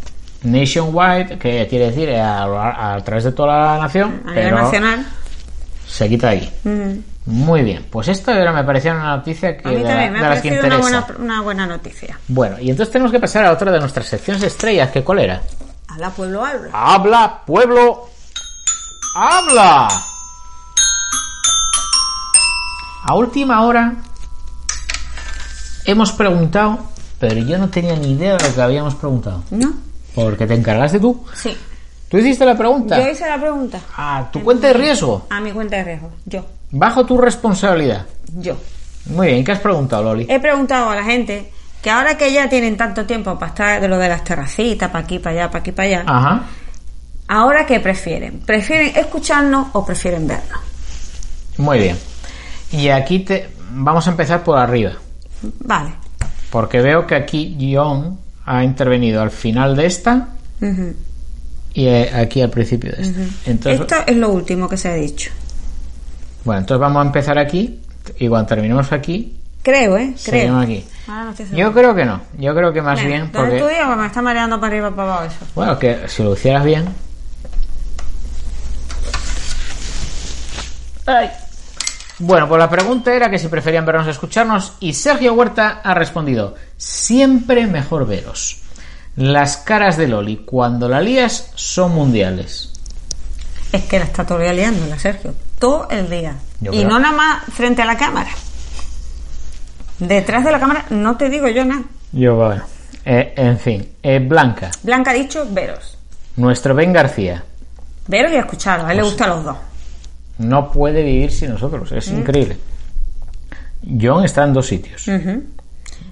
Speaker 3: nationwide, que quiere decir eh, a, a través de toda la nación,
Speaker 4: A nivel
Speaker 3: pero
Speaker 4: nacional.
Speaker 3: se quita de aquí.
Speaker 4: Mm.
Speaker 3: Muy bien, pues esto era, me parecía una noticia que
Speaker 4: A mí
Speaker 3: de, la-
Speaker 4: también me
Speaker 3: de
Speaker 4: ha
Speaker 3: las que
Speaker 4: parecido
Speaker 3: interesa.
Speaker 4: una buena, una buena noticia.
Speaker 3: Bueno, y entonces tenemos que pasar a otra de nuestras secciones estrellas, que cuál era?
Speaker 4: Habla pueblo, habla.
Speaker 3: Habla, pueblo, habla. A última hora hemos preguntado, pero yo no tenía ni idea de lo que habíamos preguntado.
Speaker 4: ¿No?
Speaker 3: Porque te encargaste tú.
Speaker 4: Sí.
Speaker 3: Tú hiciste la pregunta.
Speaker 4: Yo hice la pregunta.
Speaker 3: A tu cuenta de riesgo.
Speaker 4: A mi cuenta de riesgo. Yo.
Speaker 3: Bajo tu responsabilidad.
Speaker 4: Yo.
Speaker 3: Muy bien, ¿qué has preguntado, Loli?
Speaker 4: He preguntado a la gente que ahora que ya tienen tanto tiempo para estar de lo de las terracitas, para aquí, para allá, para aquí, para allá,
Speaker 3: Ajá.
Speaker 4: ¿ahora qué prefieren? ¿Prefieren escucharnos o prefieren vernos?
Speaker 3: Muy bien. Y aquí te vamos a empezar por arriba.
Speaker 4: Vale.
Speaker 3: Porque veo que aquí John ha intervenido al final de esta
Speaker 4: Ujú.
Speaker 3: y eh, aquí al principio de esta. Entonces,
Speaker 4: Esto es lo último que se ha dicho.
Speaker 3: bueno, entonces vamos a empezar aquí y cuando terminemos aquí,
Speaker 4: Creo, ¿eh? Creo.
Speaker 3: seguimos aquí.
Speaker 4: Ahora no estoy segura.
Speaker 3: Yo creo que no. Yo creo que más
Speaker 4: Venga,
Speaker 3: bien
Speaker 4: dale tú,
Speaker 3: porque
Speaker 4: Diego, que me está mareando para arriba para abajo eso.
Speaker 3: bueno, que si lo hicieras bien. Ay. Bueno, pues la pregunta era que si preferían vernos o escucharnos y Sergio Huerta ha respondido, siempre mejor veros. Las caras de Loli cuando la lías son mundiales.
Speaker 4: Es que la está todo el día liándola, Sergio. Todo el día.
Speaker 3: Yo
Speaker 4: y
Speaker 3: creo-
Speaker 4: no nada más frente a la cámara. Detrás de la cámara no te digo yo nada.
Speaker 3: Yo, bueno. Eh, en fin, eh, Blanca,
Speaker 4: Blanca ha dicho veros.
Speaker 3: nuestro Ben García,
Speaker 4: Veros y escucharos. A
Speaker 3: Pues
Speaker 4: él le gustan los dos.
Speaker 3: no puede vivir sin nosotros, es
Speaker 4: Mm.
Speaker 3: increíble. John está en dos sitios.
Speaker 4: Ujú.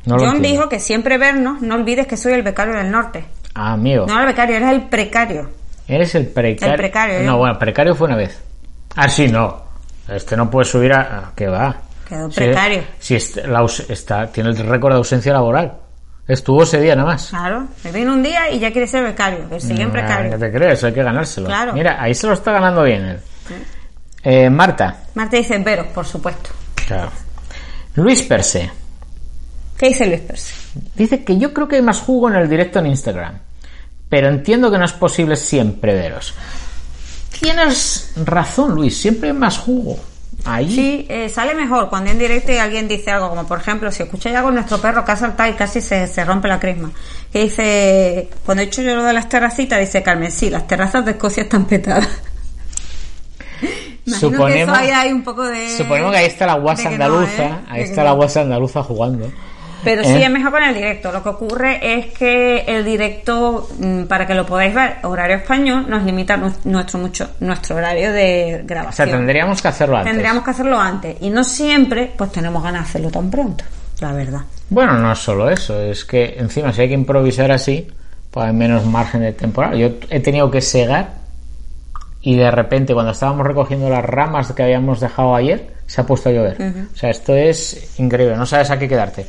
Speaker 3: No lo
Speaker 4: John
Speaker 3: entiendo.
Speaker 4: dijo que siempre vernos, no olvides que soy el becario del norte.
Speaker 3: Ah, Amigo,
Speaker 4: No era el becario, era el precario.
Speaker 3: eres el precario.
Speaker 4: El precario, ¿eh?
Speaker 3: No,
Speaker 4: yo.
Speaker 3: bueno, precario fue una vez. Ah, sí, no. Este no puede subir a. ah, ¿Qué va?
Speaker 4: Quedó
Speaker 3: Si-
Speaker 4: precario.
Speaker 3: Si, este- la aus- está, tiene el récord de ausencia laboral. Estuvo ese día nada más.
Speaker 4: Claro, me vino un día y ya quiere ser becario. El siguiente
Speaker 3: Ah,
Speaker 4: Ah, precario.
Speaker 3: ¿qué te crees? Hay que ganárselo.
Speaker 4: Claro.
Speaker 3: Mira, ahí se lo está ganando bien él. Eh, Marta.
Speaker 4: Marta dice Vero, por supuesto.
Speaker 3: Luis Perse.
Speaker 4: ¿Qué dice Luis Percy?
Speaker 3: Dice que yo creo que hay más jugo en el directo en Instagram. Pero entiendo que no es posible siempre veros. Tienes razón, Luis. Siempre hay más jugo. Ahí.
Speaker 4: Sí, eh, sale mejor cuando en directo y alguien dice algo, como por ejemplo, si escucha ya con nuestro perro que ha saltado y casi se, se rompe la crisma. Que dice, cuando he hecho yo lo de las terracitas, dice Carmen, sí, las terrazas de Escocia están petadas. Imagino que eso
Speaker 3: Suponemos-
Speaker 4: ahí hay un poco de...
Speaker 3: Suponemos que ahí está la guasa
Speaker 4: de que no,
Speaker 3: andaluza.
Speaker 4: ¿eh?
Speaker 3: Ahí
Speaker 4: De que
Speaker 3: está la
Speaker 4: no.
Speaker 3: guasa andaluza jugando.
Speaker 4: Pero
Speaker 3: ¿Eh?
Speaker 4: sí, es mejor con el directo. Lo que ocurre es que el directo, mm, para que lo podáis ver, horario español, nos limita nu- nuestro mucho nuestro horario de grabación.
Speaker 3: O sea, tendríamos que hacerlo antes.
Speaker 4: Tendríamos que hacerlo antes. Y no siempre, pues tenemos ganas de hacerlo tan pronto, la verdad.
Speaker 3: Bueno, no es solo eso, es que encima si hay que improvisar así, pues hay menos margen de temporal. Yo t- he tenido que segar y de repente cuando estábamos recogiendo las ramas que habíamos dejado ayer, se ha puesto a llover. O sea, esto es increíble, no sabes a qué quedarte.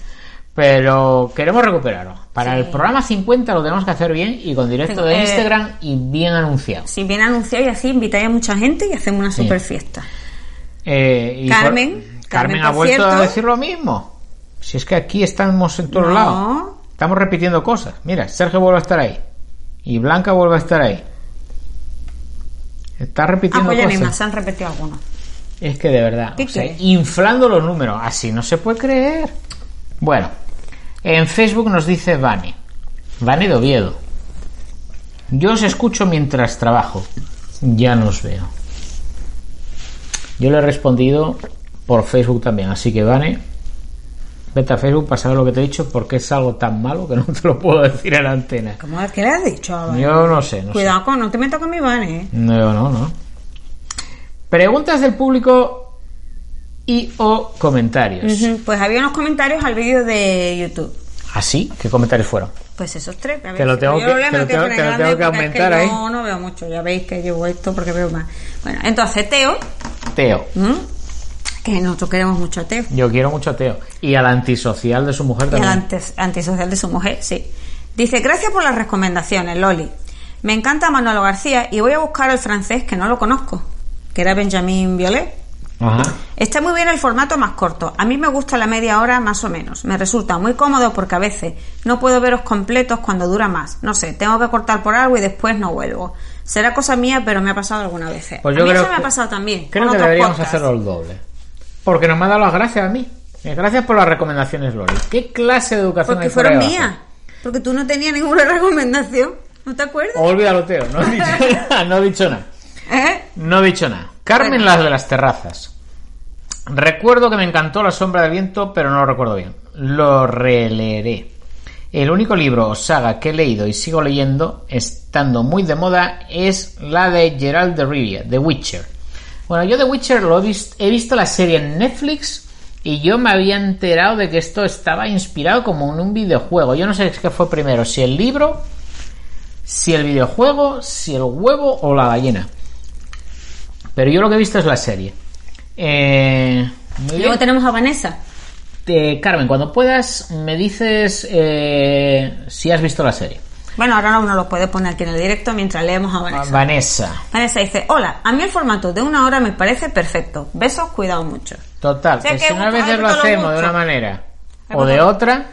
Speaker 3: Pero queremos recuperarlo. Para el programa 50 lo tenemos que hacer bien y con directo
Speaker 4: Tengo-
Speaker 3: de
Speaker 4: eh,
Speaker 3: Instagram y bien anunciado.
Speaker 4: Si bien anunciado y así, invitáis a mucha gente y hacemos una super fiesta.
Speaker 3: Eh, y
Speaker 4: Carmen,
Speaker 3: por-
Speaker 4: Carmen,
Speaker 3: Carmen ha
Speaker 4: por
Speaker 3: vuelto a
Speaker 4: cierto.
Speaker 3: decir lo mismo. Si es que aquí estamos en todos
Speaker 4: No.
Speaker 3: lados. Estamos repitiendo cosas. Mira, Sergio vuelve a estar ahí. Y Blanca vuelve a estar ahí. Está repitiendo cosas.
Speaker 4: Apoya Ah, pues misma, se han repetido algunos.
Speaker 3: Es que de verdad,
Speaker 4: ¿Qué
Speaker 3: o sea,
Speaker 4: quieres?
Speaker 3: inflando los números, así no se puede creer. Bueno, en Facebook nos dice Vane, Vane de Oviedo. Yo os escucho mientras trabajo, ya no os veo. Yo le he respondido por Facebook también, así que Vane, vete a Facebook para saber lo que te he dicho, porque es algo tan malo que no te lo puedo decir en la antena.
Speaker 4: ¿Cómo es que le has dicho? a Vane?
Speaker 3: Yo no sé, no sé.
Speaker 4: Cuidado con, no te metas con mi van, ¿eh?
Speaker 3: No, no, no. Preguntas del público y o comentarios.
Speaker 4: Ujú, Pues había unos comentarios al vídeo de YouTube.
Speaker 3: ¿Así? ¿Qué comentarios fueron?
Speaker 4: Pues esos tres. a ver,
Speaker 3: Te lo
Speaker 4: si
Speaker 3: tengo
Speaker 4: yo
Speaker 3: que-
Speaker 4: leo,
Speaker 3: te
Speaker 4: me
Speaker 3: lo tengo-
Speaker 4: poner
Speaker 3: te lo
Speaker 4: grande
Speaker 3: tengo que
Speaker 4: porque es
Speaker 3: aumentar ahí.
Speaker 4: No, no veo mucho. Ya veis que llevo esto porque veo más. Bueno, entonces Teo,
Speaker 3: Teo.
Speaker 4: ¿m? que nosotros queremos mucho a Teo,
Speaker 3: Yo quiero mucho a Teo. Y al antisocial de su mujer
Speaker 4: y al
Speaker 3: también.
Speaker 4: antes- antisocial de su mujer, sí. Dice, gracias por las recomendaciones, Loli. Me encanta Manolo García y voy a buscar al francés que no lo conozco, que era Benjamin Violet.
Speaker 3: Ajá.
Speaker 4: Está muy bien el formato más corto. A mí me gusta la media hora más o menos. Me resulta muy cómodo porque a veces no puedo veros completos cuando dura más. No sé, tengo que cortar por algo y después no vuelvo. Será cosa mía, pero me ha pasado alguna vez. eh.
Speaker 3: Pues
Speaker 4: a
Speaker 3: yo
Speaker 4: mí
Speaker 3: creo
Speaker 4: eso me
Speaker 3: que-
Speaker 4: ha pasado también.
Speaker 3: Creo
Speaker 4: con
Speaker 3: que
Speaker 4: otros
Speaker 3: deberíamos
Speaker 4: podcasts.
Speaker 3: hacerlo el doble. Porque nos me ha dado las gracias a mí. Eh, Gracias por las recomendaciones, Lori. ¿Qué clase de educación
Speaker 4: Porque
Speaker 3: hay por ahí
Speaker 4: fueron
Speaker 3: abajo?
Speaker 4: mías. Porque tú no tenías ninguna recomendación. ¿No te acuerdas?
Speaker 3: Olvídalo, Teo. No he dicho nada. No he dicho nada.
Speaker 4: ¿Eh?
Speaker 3: No he dicho nada. Carmen,
Speaker 4: Bueno.
Speaker 3: las de las terrazas. Recuerdo que me encantó La sombra del viento, pero no lo recuerdo bien. Lo releeré. El único libro o saga que he leído y sigo leyendo, estando muy de moda, es la de Gerald de Rivia, The Witcher. Bueno, yo The Witcher lo he, vis- he visto la serie en Netflix y yo me había enterado de que esto estaba inspirado como en un videojuego. Yo no sé qué fue primero, si el libro, si el videojuego, si el huevo o la gallina. Pero yo lo que he visto es la serie. Eh, muy
Speaker 4: Y Luego
Speaker 3: bien.
Speaker 4: tenemos a Vanessa.
Speaker 3: Eh, Carmen, cuando puedas, me dices eh, si has visto la serie.
Speaker 4: Bueno, ahora no, no lo puedes poner aquí en el directo mientras leemos a
Speaker 3: Ah,
Speaker 4: Vanessa.
Speaker 3: Vanessa.
Speaker 4: Vanessa dice, hola, a mí el formato de una hora me parece perfecto. Besos, cuidado mucho.
Speaker 3: Total,
Speaker 4: Sé
Speaker 3: que
Speaker 4: que
Speaker 3: si una
Speaker 4: mucho-
Speaker 3: vez
Speaker 4: hay
Speaker 3: lo
Speaker 4: que hablar
Speaker 3: hacemos de
Speaker 4: mucho.
Speaker 3: una manera
Speaker 4: Hay
Speaker 3: o
Speaker 4: que
Speaker 3: de
Speaker 4: hablar.
Speaker 3: otra,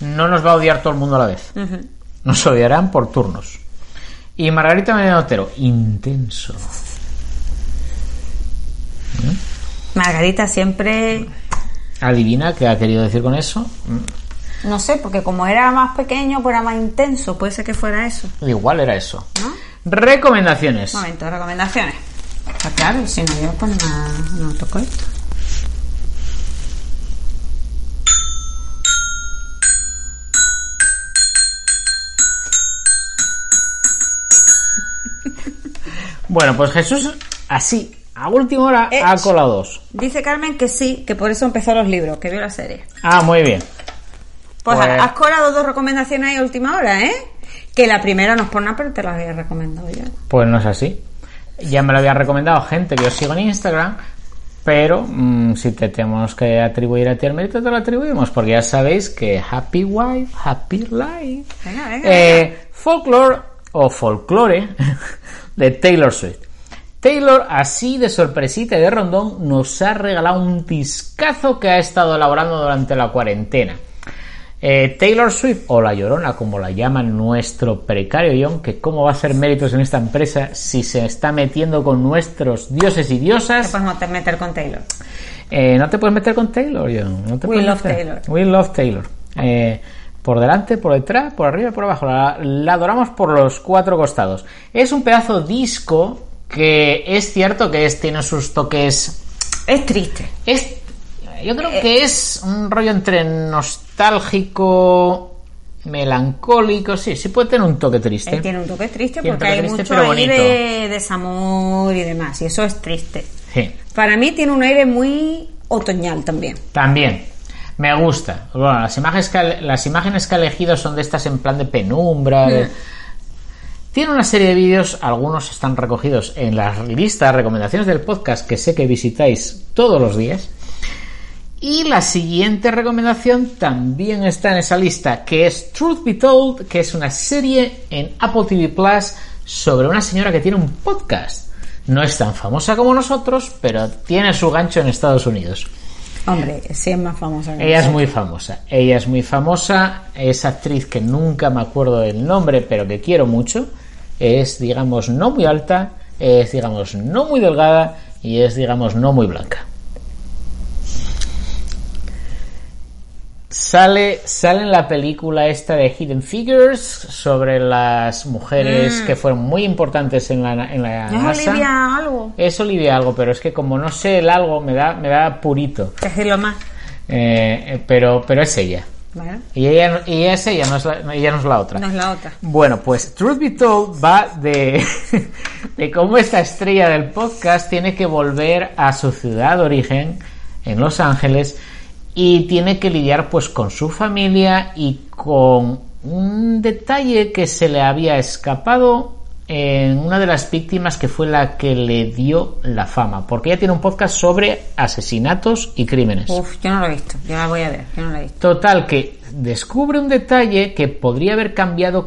Speaker 3: no nos va a odiar todo el mundo a la vez.
Speaker 4: Ujú.
Speaker 3: Nos odiarán por turnos. Y Margarita Medina Otero, intenso.
Speaker 4: Margarita siempre,
Speaker 3: Adivina qué ha querido decir con eso.
Speaker 4: no sé, porque como era más pequeño, pues era más intenso, puede ser que fuera eso,
Speaker 3: Igual era eso.
Speaker 4: ¿no?
Speaker 3: Recomendaciones.
Speaker 4: Momento, recomendaciones. Está Ah, claro, si no yo pues nada, no toco esto.
Speaker 3: Bueno, pues Jesús, así, a última hora,
Speaker 4: Eh,
Speaker 3: ha colado dos.
Speaker 4: Dice Carmen que sí, que por eso empezó los libros, que vio la serie.
Speaker 3: Ah, muy bien.
Speaker 4: Pues,
Speaker 3: Pues-
Speaker 4: has colado dos recomendaciones ahí a última hora, ¿eh? Que la primera no es por nada, pero te la había recomendado yo.
Speaker 3: Pues no es así. Ya me lo había recomendado gente que yo sigo en Instagram, pero mm, si te tenemos que atribuir a ti el mérito, te lo atribuimos, porque ya sabéis que Happy Wife, Happy Life.
Speaker 4: Venga, venga.
Speaker 3: Eh, folklore o folklore de Taylor Swift. Taylor, así de sorpresita y de rondón, nos ha regalado un discazo que ha estado elaborando durante la cuarentena. Eh, Taylor Swift, o La Llorona, como la llama nuestro precario John, que cómo va a hacer méritos en esta empresa si se está metiendo con nuestros dioses y
Speaker 4: Te
Speaker 3: diosas.
Speaker 4: puedes meter- meter con Taylor.
Speaker 3: Eh, no te puedes meter con Taylor, John. No te
Speaker 4: We
Speaker 3: puedes
Speaker 4: love
Speaker 3: meter.
Speaker 4: Taylor.
Speaker 3: We love Taylor. Eh, por delante, por detrás, por arriba, y por abajo. La, la adoramos por los cuatro costados. Es un pedazo disco que es cierto que es- tiene sus toques
Speaker 4: Es triste.
Speaker 3: es, yo creo que es un rollo entre nostálgico, melancólico, sí, sí puede tener un toque
Speaker 4: Él
Speaker 3: triste.
Speaker 4: tiene un toque triste
Speaker 3: Tiene un
Speaker 4: porque
Speaker 3: toque
Speaker 4: hay
Speaker 3: triste,
Speaker 4: mucho
Speaker 3: pero
Speaker 4: ahí
Speaker 3: bonito.
Speaker 4: de desamor y demás. Y eso es triste.
Speaker 3: Sí,
Speaker 4: Para mí tiene un aire muy otoñal también.
Speaker 3: también. Me gusta. Bueno, las imágenes que ha, las imágenes que ha elegido son de estas en plan de penumbra. de- Tiene una serie de vídeos, algunos están recogidos en la lista de recomendaciones del podcast que sé que visitáis todos los días. Y la siguiente recomendación también está en esa lista, que es Truth Be Told, que es una serie en Apple TV Plus sobre una señora que tiene un podcast. No es tan famosa como nosotros, pero tiene su gancho en Estados Unidos.
Speaker 4: Hombre, sí es más famosa. que
Speaker 3: Ella es
Speaker 4: nosotros.
Speaker 3: muy famosa. Ella es muy famosa. Es actriz que nunca me acuerdo del nombre, pero que quiero mucho. Es, digamos, no muy alta. Es, digamos, no muy delgada. Y es, digamos, no muy blanca. Sale, sale en la película esta de Hidden Figures sobre las mujeres que fueron muy importantes en la, en la
Speaker 4: ¿No Mm. es
Speaker 3: NASA.
Speaker 4: Olivia algo?
Speaker 3: Es Olivia algo, pero es que como no sé el algo, me da, me da purito.
Speaker 4: Decirlo más.
Speaker 3: Eh, eh, pero, pero es ella.
Speaker 4: Bueno,
Speaker 3: Y ella, y ella es ella, no es la, no, ella no es la otra.
Speaker 4: no es la otra.
Speaker 3: Bueno, pues Truth Be Told va de, de cómo esta estrella del podcast tiene que volver a su ciudad de origen, en Los Ángeles, y tiene que lidiar pues con su familia y con un detalle que se le había escapado en una de las víctimas que fue la que le dio la fama, porque ella tiene un podcast sobre asesinatos y crímenes.
Speaker 4: Uf, yo no lo he visto. Yo la voy a ver. Yo no la he visto.
Speaker 3: Total, que descubre un detalle que podría haber cambiado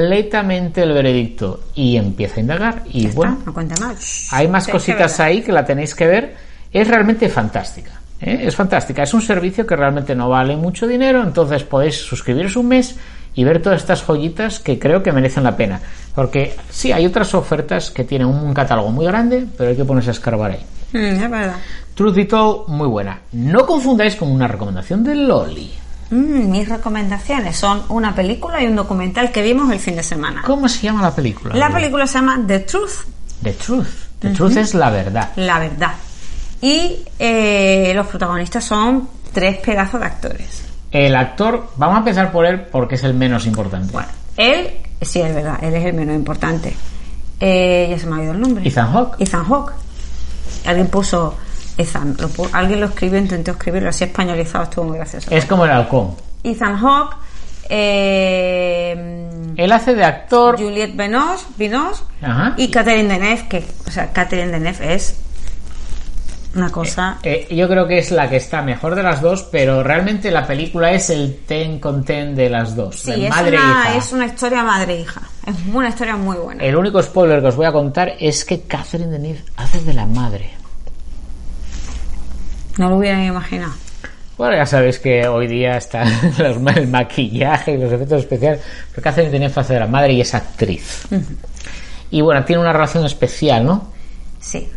Speaker 3: completamente el veredicto y empieza a indagar. Y bueno,
Speaker 4: Ah, no cuenta más.
Speaker 3: hay más
Speaker 4: Sí,
Speaker 3: cositas
Speaker 4: qué verdad.
Speaker 3: ahí que la tenéis que ver. Es realmente fantástica. ¿eh? Es fantástica. Es un servicio que realmente no vale mucho dinero, entonces podéis suscribiros un mes y ver todas estas joyitas que creo que merecen la pena. Porque sí, hay otras ofertas que tienen un catálogo muy grande, pero hay que ponerse a escarbar ahí.
Speaker 4: Mm, es verdad.
Speaker 3: Truth Be Told, muy buena. No confundáis con una recomendación de Loli.
Speaker 4: Mm, mis recomendaciones son una película y un documental que vimos el fin de semana.
Speaker 3: ¿Cómo se llama la película?
Speaker 4: La película se llama The Truth,
Speaker 3: The Truth. The Truth es la verdad.
Speaker 4: la verdad. Y eh, los protagonistas son tres pedazos de actores.
Speaker 3: El actor, vamos a empezar por él porque es el menos importante.
Speaker 4: Él, sí, es verdad, él es el menos importante. Eh, ya se me ha oído el nombre.
Speaker 3: Ethan Hawke.
Speaker 4: Ethan Hawke. Alguien puso Ethan, lo pu- alguien lo escribió, intentó escribirlo así españolizado, estuvo muy gracioso.
Speaker 3: Es como el halcón.
Speaker 4: Ethan Hawke, eh,
Speaker 3: Él hace de actor.
Speaker 4: Juliette Binoche, Binoche
Speaker 3: Ajá.
Speaker 4: y Catherine Deneuve, que, o sea, Catherine Deneuve es una cosa
Speaker 3: Eh, yo creo que es la que está mejor de las dos, pero realmente la película es el ten con ten de las dos.
Speaker 4: Sí,
Speaker 3: de
Speaker 4: es,
Speaker 3: madre e
Speaker 4: una,
Speaker 3: hija.
Speaker 4: es una historia madre-hija. Es una historia muy buena.
Speaker 3: El único spoiler que os voy a contar es que Catherine Deneuve hace de la madre.
Speaker 4: No lo hubieran imaginado.
Speaker 3: Bueno, ya sabéis que hoy día está los ma- el maquillaje y los efectos especiales, pero Catherine Deneuve hace de la madre y es actriz. Y bueno, tiene una relación especial, ¿no?
Speaker 4: Sí.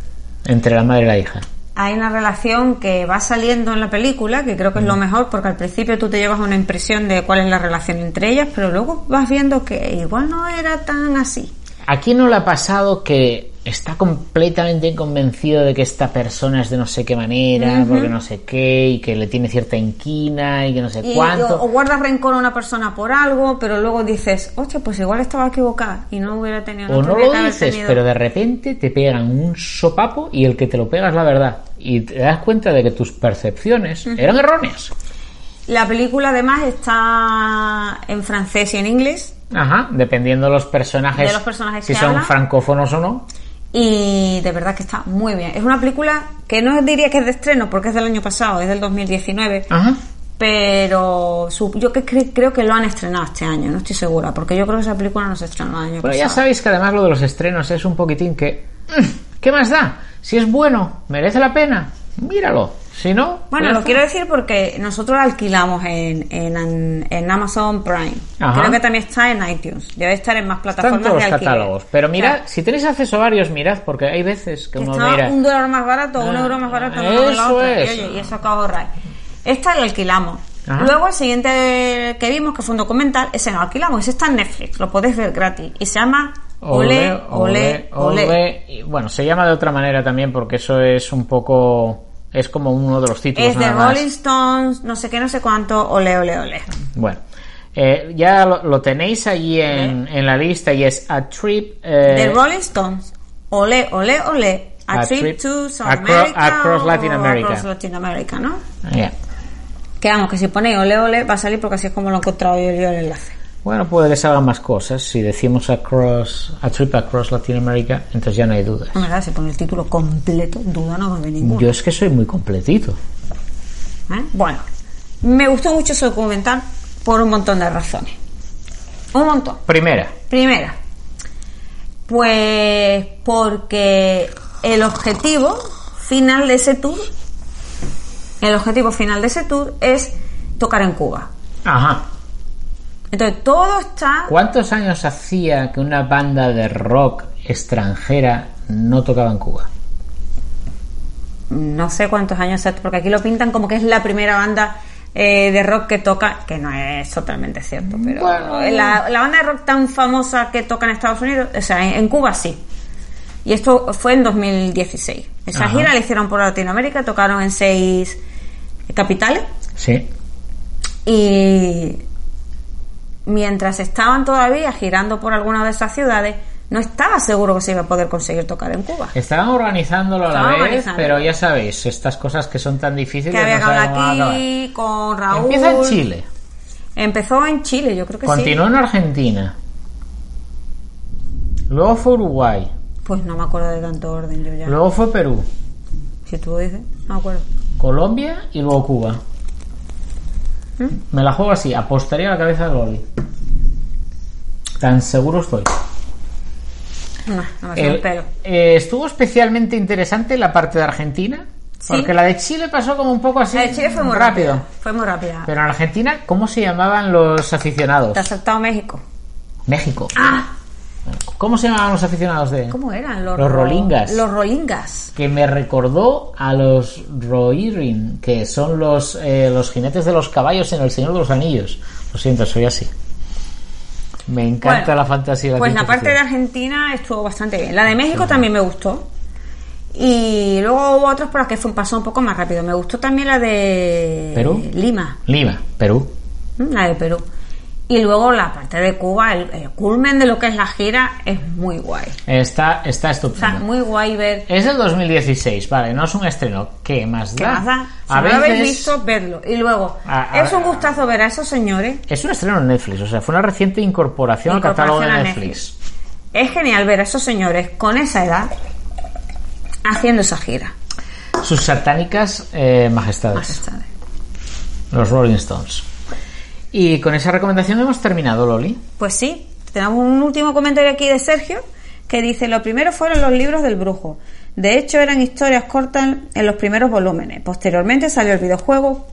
Speaker 3: Entre la madre y la hija.
Speaker 4: Hay una relación que va saliendo en la película, que creo que es lo mejor, porque al principio tú te llevas una impresión de cuál es la relación entre ellas, pero luego vas viendo que igual no era tan así.
Speaker 3: ¿A quién no le ha pasado que está completamente convencido de que esta persona es de no sé qué manera, porque no sé qué, y que le tiene cierta inquina y que no sé
Speaker 4: Y, oh,
Speaker 3: cuánto?
Speaker 4: o, o guardas rencor a una persona por algo, pero luego dices, hostia, pues igual estaba equivocada y no hubiera tenido...
Speaker 3: O no
Speaker 4: tendría
Speaker 3: lo
Speaker 4: que haber
Speaker 3: dices,
Speaker 4: tenido".
Speaker 3: pero de repente te pegan un sopapo y el que te lo pega es la verdad. Y te das cuenta de que tus percepciones eran erróneas.
Speaker 4: La película además está en francés y en inglés.
Speaker 3: Ajá, dependiendo de los personajes,
Speaker 4: De los personajes
Speaker 3: si
Speaker 4: que
Speaker 3: son
Speaker 4: hablan.
Speaker 3: francófonos o no.
Speaker 4: Y de verdad que está muy bien. Es una película que no diría que es de estreno porque es del año pasado, es del 2019.
Speaker 3: Ajá.
Speaker 4: Pero su- yo que cre- creo que lo han estrenado este año, no estoy segura, porque yo creo que esa película no se estrenó el año
Speaker 3: Pero ya
Speaker 4: pasado.
Speaker 3: sabéis que además lo de los estrenos es un poquitín que... mm, ¿Qué más da? Si es bueno, merece la pena, míralo. Si no...
Speaker 4: Bueno,
Speaker 3: pues
Speaker 4: lo
Speaker 3: ya
Speaker 4: quiero decir porque nosotros la alquilamos en, en, en Amazon Prime.
Speaker 3: Ajá.
Speaker 4: Creo que también está en iTunes. Debe estar en más
Speaker 3: está. Están
Speaker 4: plataformas
Speaker 3: todos los
Speaker 4: de alquiler.
Speaker 3: catálogos. Pero mirad,
Speaker 4: Claro.
Speaker 3: si tenéis acceso a varios, mirad, porque hay veces que
Speaker 4: Que
Speaker 3: uno
Speaker 4: estaba
Speaker 3: mira...
Speaker 4: un dólar más barato, un
Speaker 3: Ah,
Speaker 4: euro más barato, no de la
Speaker 3: eso
Speaker 4: otra.
Speaker 3: es.
Speaker 4: Y, oye, y eso acabo de ahorrar. Esta la alquilamos.
Speaker 3: Ajá.
Speaker 4: Luego el siguiente que vimos, que fue un documental, ese no alquilamos, ese está en Netflix, lo podéis ver gratis. Y se llama Olé, Olé, Olé.
Speaker 3: Y, bueno, se llama de otra manera también porque eso es un poco... Es como uno de los títulos
Speaker 4: Es de
Speaker 3: nada más.
Speaker 4: Rolling Stones, no sé qué, no sé cuánto, Olé, Olé, Olé.
Speaker 3: Bueno, eh, ya lo, lo tenéis allí en, en la lista y es A Trip... eh,
Speaker 4: De Rolling Stones, Olé, Olé, Olé. A, trip, to South
Speaker 3: acro-
Speaker 4: America
Speaker 3: across Latin
Speaker 4: o
Speaker 3: America.
Speaker 4: Across Latin America, ¿no?
Speaker 3: ya.
Speaker 4: Que vamos, que si ponéis Olé, Olé, va a salir porque así es como lo he encontrado yo, yo el enlace.
Speaker 3: Bueno, puede que salgan más cosas. Si decimos across, a trip across Latin America, entonces ya no hay dudas.
Speaker 4: En verdad, si pone el título completo, duda no va a haber ninguna.
Speaker 3: Yo es que soy muy completito.
Speaker 4: ¿eh? Bueno, me gustó mucho ese documental por un montón de razones. Un montón.
Speaker 3: Primera,
Speaker 4: Primera, pues porque el objetivo final de ese tour, el objetivo final de ese tour es tocar en Cuba.
Speaker 3: ajá.
Speaker 4: Entonces todo está
Speaker 3: ¿Cuántos años hacía que una banda de rock extranjera no tocaba en Cuba?
Speaker 4: no sé cuántos años exactos, porque aquí lo pintan como que es la primera banda eh, de rock que toca, que no es totalmente cierto, pero la, la banda de rock tan famosa que toca en Estados Unidos, o sea, en, en Cuba sí. Y esto fue en 2016. Esa
Speaker 3: Ajá.
Speaker 4: gira la hicieron por Latinoamérica, tocaron en seis capitales
Speaker 3: Sí.
Speaker 4: y mientras estaban todavía girando por alguna de esas ciudades, no estaba seguro que se iba a poder conseguir tocar en Cuba.
Speaker 3: Estaban organizándolo a la
Speaker 4: Estaban
Speaker 3: vez,
Speaker 4: organizándolo.
Speaker 3: pero ya sabéis, estas cosas que son tan difíciles.
Speaker 4: Que había
Speaker 3: no
Speaker 4: que hablar
Speaker 3: sabemos cómo van a
Speaker 4: aquí con
Speaker 3: acabar.
Speaker 4: Raúl.
Speaker 3: Empieza en Chile,
Speaker 4: Empezó en Chile, yo creo que
Speaker 3: continuó en Argentina, luego fue Uruguay,
Speaker 4: sí. Pues no me acuerdo de tanto orden yo ya.
Speaker 3: luego fue Perú,
Speaker 4: Si tú lo dices, no me acuerdo.
Speaker 3: Colombia y luego Cuba.
Speaker 4: ¿Mm?
Speaker 3: Me la juego así, apostaría la cabeza de Loli. Tan seguro estoy.
Speaker 4: No, Pues no me sé el
Speaker 3: El-
Speaker 4: pelo.
Speaker 3: eh, estuvo especialmente interesante la parte de Argentina,
Speaker 4: Sí.
Speaker 3: porque la de Chile pasó como un poco así.
Speaker 4: La de Chile fue muy rápida. Fue muy rápida.
Speaker 3: Pero en Argentina, ¿cómo se llamaban los aficionados?
Speaker 4: ¿Te ha saltado México?
Speaker 3: México.
Speaker 4: ¡Ah!
Speaker 3: ¿Cómo se llamaban los aficionados de.?
Speaker 4: ¿Cómo eran? Los,
Speaker 3: Los
Speaker 4: ro-
Speaker 3: rolingas.
Speaker 4: Los rolingas.
Speaker 3: Que me recordó a los Rohirrim, que son los, eh, los jinetes de los caballos en El Señor de los Anillos. Lo siento, soy así. Me encanta
Speaker 4: Bueno,
Speaker 3: la fantasía. y la
Speaker 4: Pues la
Speaker 3: ciencia
Speaker 4: parte de
Speaker 3: ficción.
Speaker 4: Argentina estuvo bastante bien. La de México también me gustó. Y luego hubo otros por las que fue, pasó un poco más rápido. Me gustó también la de
Speaker 3: ¿Perú?
Speaker 4: Lima,
Speaker 3: Lima, Perú.
Speaker 4: ¿m? la de Perú. Y luego la parte de Cuba, el, el culmen de lo que es la gira, es muy guay.
Speaker 3: Está, está
Speaker 4: O sea,
Speaker 3: estupendo.
Speaker 4: muy guay ver
Speaker 3: Es del 2016, vale, no es un estreno. ¿Qué más da?
Speaker 4: qué más da. Si
Speaker 3: A
Speaker 4: no lo habéis
Speaker 3: veces-
Speaker 4: visto, verlo. Y luego,
Speaker 3: A- a-
Speaker 4: es un gustazo ver a esos señores.
Speaker 3: Es un estreno en Netflix, o sea, fue una reciente incorporación, al catálogo de
Speaker 4: Incorporación a
Speaker 3: Netflix.
Speaker 4: Es genial ver a esos señores con esa edad haciendo esa gira.
Speaker 3: Sus satánicas eh, majestades,
Speaker 4: Majestades.
Speaker 3: los Rolling Stones. Y con esa recomendación hemos terminado, Loli.
Speaker 4: Pues sí, tenemos un último comentario aquí de Sergio que dice, lo primero fueron los libros del brujo. De hecho, eran historias cortas en los primeros volúmenes. Posteriormente salió el videojuego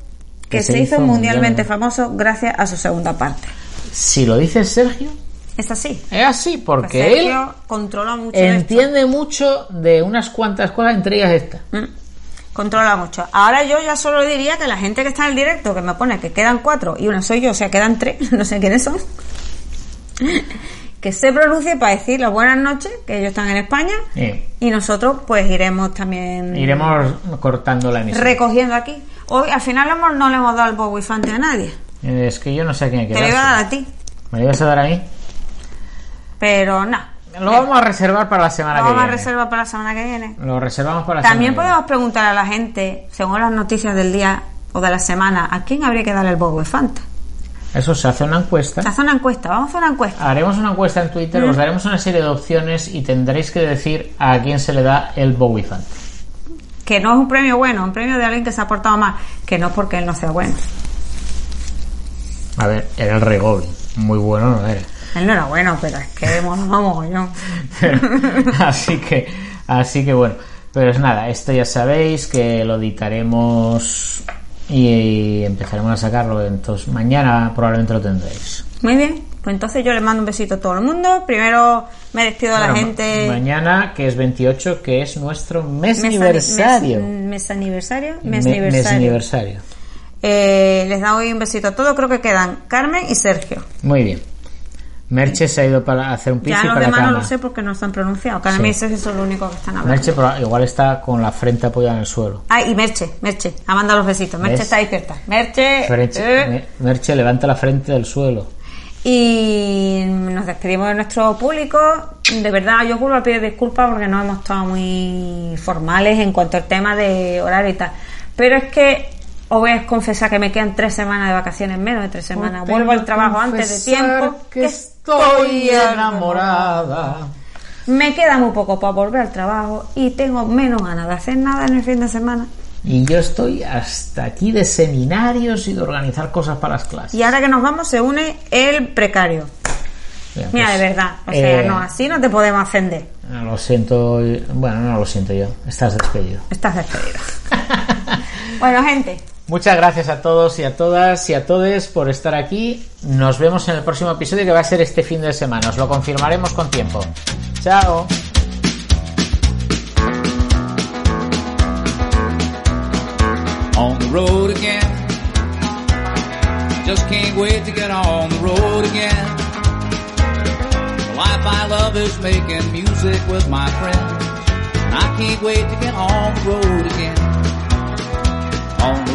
Speaker 4: que, se, hizo mundialmente famoso gracias a su segunda parte.
Speaker 3: Si lo dice Sergio,
Speaker 4: Es así.
Speaker 3: es así,
Speaker 4: Pues
Speaker 3: porque él
Speaker 4: Sergio controla mucho esto.
Speaker 3: entiende mucho de unas cuantas cosas, entre ellas esta.
Speaker 4: Mm. Controla mucho. Ahora yo ya solo diría que la gente que está en el directo, que me pone que quedan cuatro y una soy yo, o sea, quedan tres, no sé quiénes son, que se pronuncie para decir las buenas noches, que ellos están en España,
Speaker 3: Eh,
Speaker 4: y nosotros pues iremos también
Speaker 3: iremos cortando la emisión.
Speaker 4: recogiendo aquí. Hoy al final hemos- no le hemos dado el Bowie Fante a nadie,
Speaker 3: Eh, es que yo no sé a quién hay que
Speaker 4: te lo iba a
Speaker 3: dárselo.
Speaker 4: dar a ti,
Speaker 3: ¿Me lo ibas a dar a mí?
Speaker 4: pero nada,
Speaker 3: Lo vamos a reservar para la semana que
Speaker 4: vamos a
Speaker 3: viene.
Speaker 4: reservar para la semana que viene.
Speaker 3: Lo reservamos para la
Speaker 4: También
Speaker 3: semana
Speaker 4: podemos preguntar a la gente, según las noticias del día o de la semana, ¿a quién habría que darle el Bowie Fanta?
Speaker 3: ¿Eh? que viene. Eso se hace una encuesta.
Speaker 4: Haz una encuesta, vamos a hacer una encuesta.
Speaker 3: Haremos una encuesta en Twitter,
Speaker 4: Mm.
Speaker 3: os daremos una serie de opciones y tendréis que decir a quién se le da el Bowie Fan.
Speaker 4: Que no es un premio bueno, un premio de alguien que se ha portado mal, que no porque él no sea bueno.
Speaker 3: A ver, era el Rey Goblin. Muy bueno no era.
Speaker 4: Él no era bueno, pero es que mola mogollón.
Speaker 3: Pero- así que, así que bueno. Pero es nada, esto ya sabéis que lo editaremos y empezaremos a sacarlo. Entonces mañana probablemente lo tendréis.
Speaker 4: Muy bien, pues entonces yo le mando un besito a todo el mundo. Primero me despido a la
Speaker 3: Claro, ma-
Speaker 4: gente.
Speaker 3: Mañana, que es 28, que es nuestro mes,
Speaker 4: Mes-
Speaker 3: aniversario.
Speaker 4: Mes, mes aniversario. Mes
Speaker 3: Me-
Speaker 4: aniversario.
Speaker 3: aniversario.
Speaker 4: Eh, les doy un besito a todos. Creo que quedan Carmen y Sergio.
Speaker 3: Muy bien. Merche se ha ido para hacer un
Speaker 4: Ya
Speaker 3: piso y
Speaker 4: los
Speaker 3: para la
Speaker 4: demás no lo
Speaker 3: cama.
Speaker 4: sé porque no están pronunciados. Carmen
Speaker 3: Sí.
Speaker 4: y Sergio son los únicos que están hablando.
Speaker 3: Merche proba- igual está con la frente apoyada en el suelo.
Speaker 4: Ah, y Merche, Merche, ha mandado los besitos. Merche
Speaker 3: ¿Ves?
Speaker 4: está despierta. Merche.
Speaker 3: Merche,
Speaker 4: eh.
Speaker 3: Me- Merche levanta la frente del suelo.
Speaker 4: Y nos despedimos de nuestro público. De verdad, yo vuelvo a pedir disculpas porque no hemos estado muy formales en cuanto al tema de horario y tal. Pero es que os voy a confesar que me quedan tres semanas de vacaciones, menos de
Speaker 3: Pues
Speaker 4: tres semanas. Vuelvo al trabajo antes de tiempo.
Speaker 3: Que estoy enamorada.
Speaker 4: Me queda muy poco para volver al trabajo y tengo menos ganas de hacer nada en el fin de semana.
Speaker 3: Y yo estoy hasta aquí de seminarios y de organizar cosas para las clases.
Speaker 4: Y ahora que nos vamos se une el precario.
Speaker 3: Bien,
Speaker 4: Mira,
Speaker 3: pues,
Speaker 4: de verdad. O sea,
Speaker 3: eh,
Speaker 4: no, así no te podemos ofender.
Speaker 3: Lo siento, bueno, no lo siento yo. Estás despedido.
Speaker 4: Estás despedido. bueno, gente.
Speaker 3: Muchas gracias a todos y a todas y a todes por estar aquí. Nos vemos en el próximo episodio que va a ser este fin de semana. Os lo confirmaremos con tiempo. Chao.
Speaker 5: on the road again. Just can't wait to get on the road again. The life I love is making music with my friends. And I can't wait to get on the road again. On the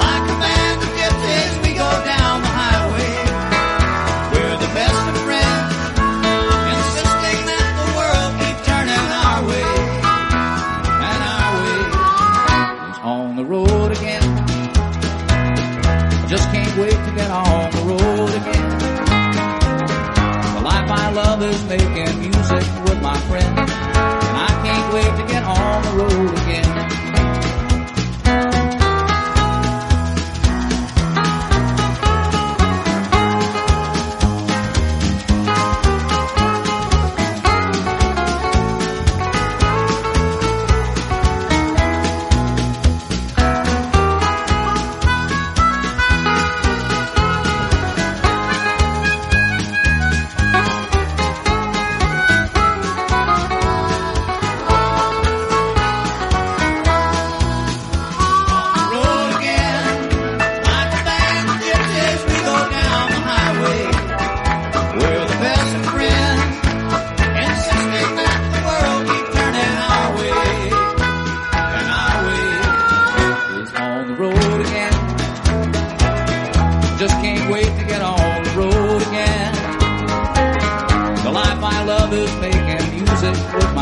Speaker 5: Like a band of gypsies, we go down the highway. We're the best of friends, insisting that the world keep turning our way and our way. On the road again. Just can't wait to get on the road again. The life I love is making music with my friends, and I can't wait to get on the road again. road again. Like a band of gypsies, we go down the highway. We're the best of friends, insisting that the world keep turning our way. And our way is on the road again. Just can't wait to get on the road again. The life I love is making music with my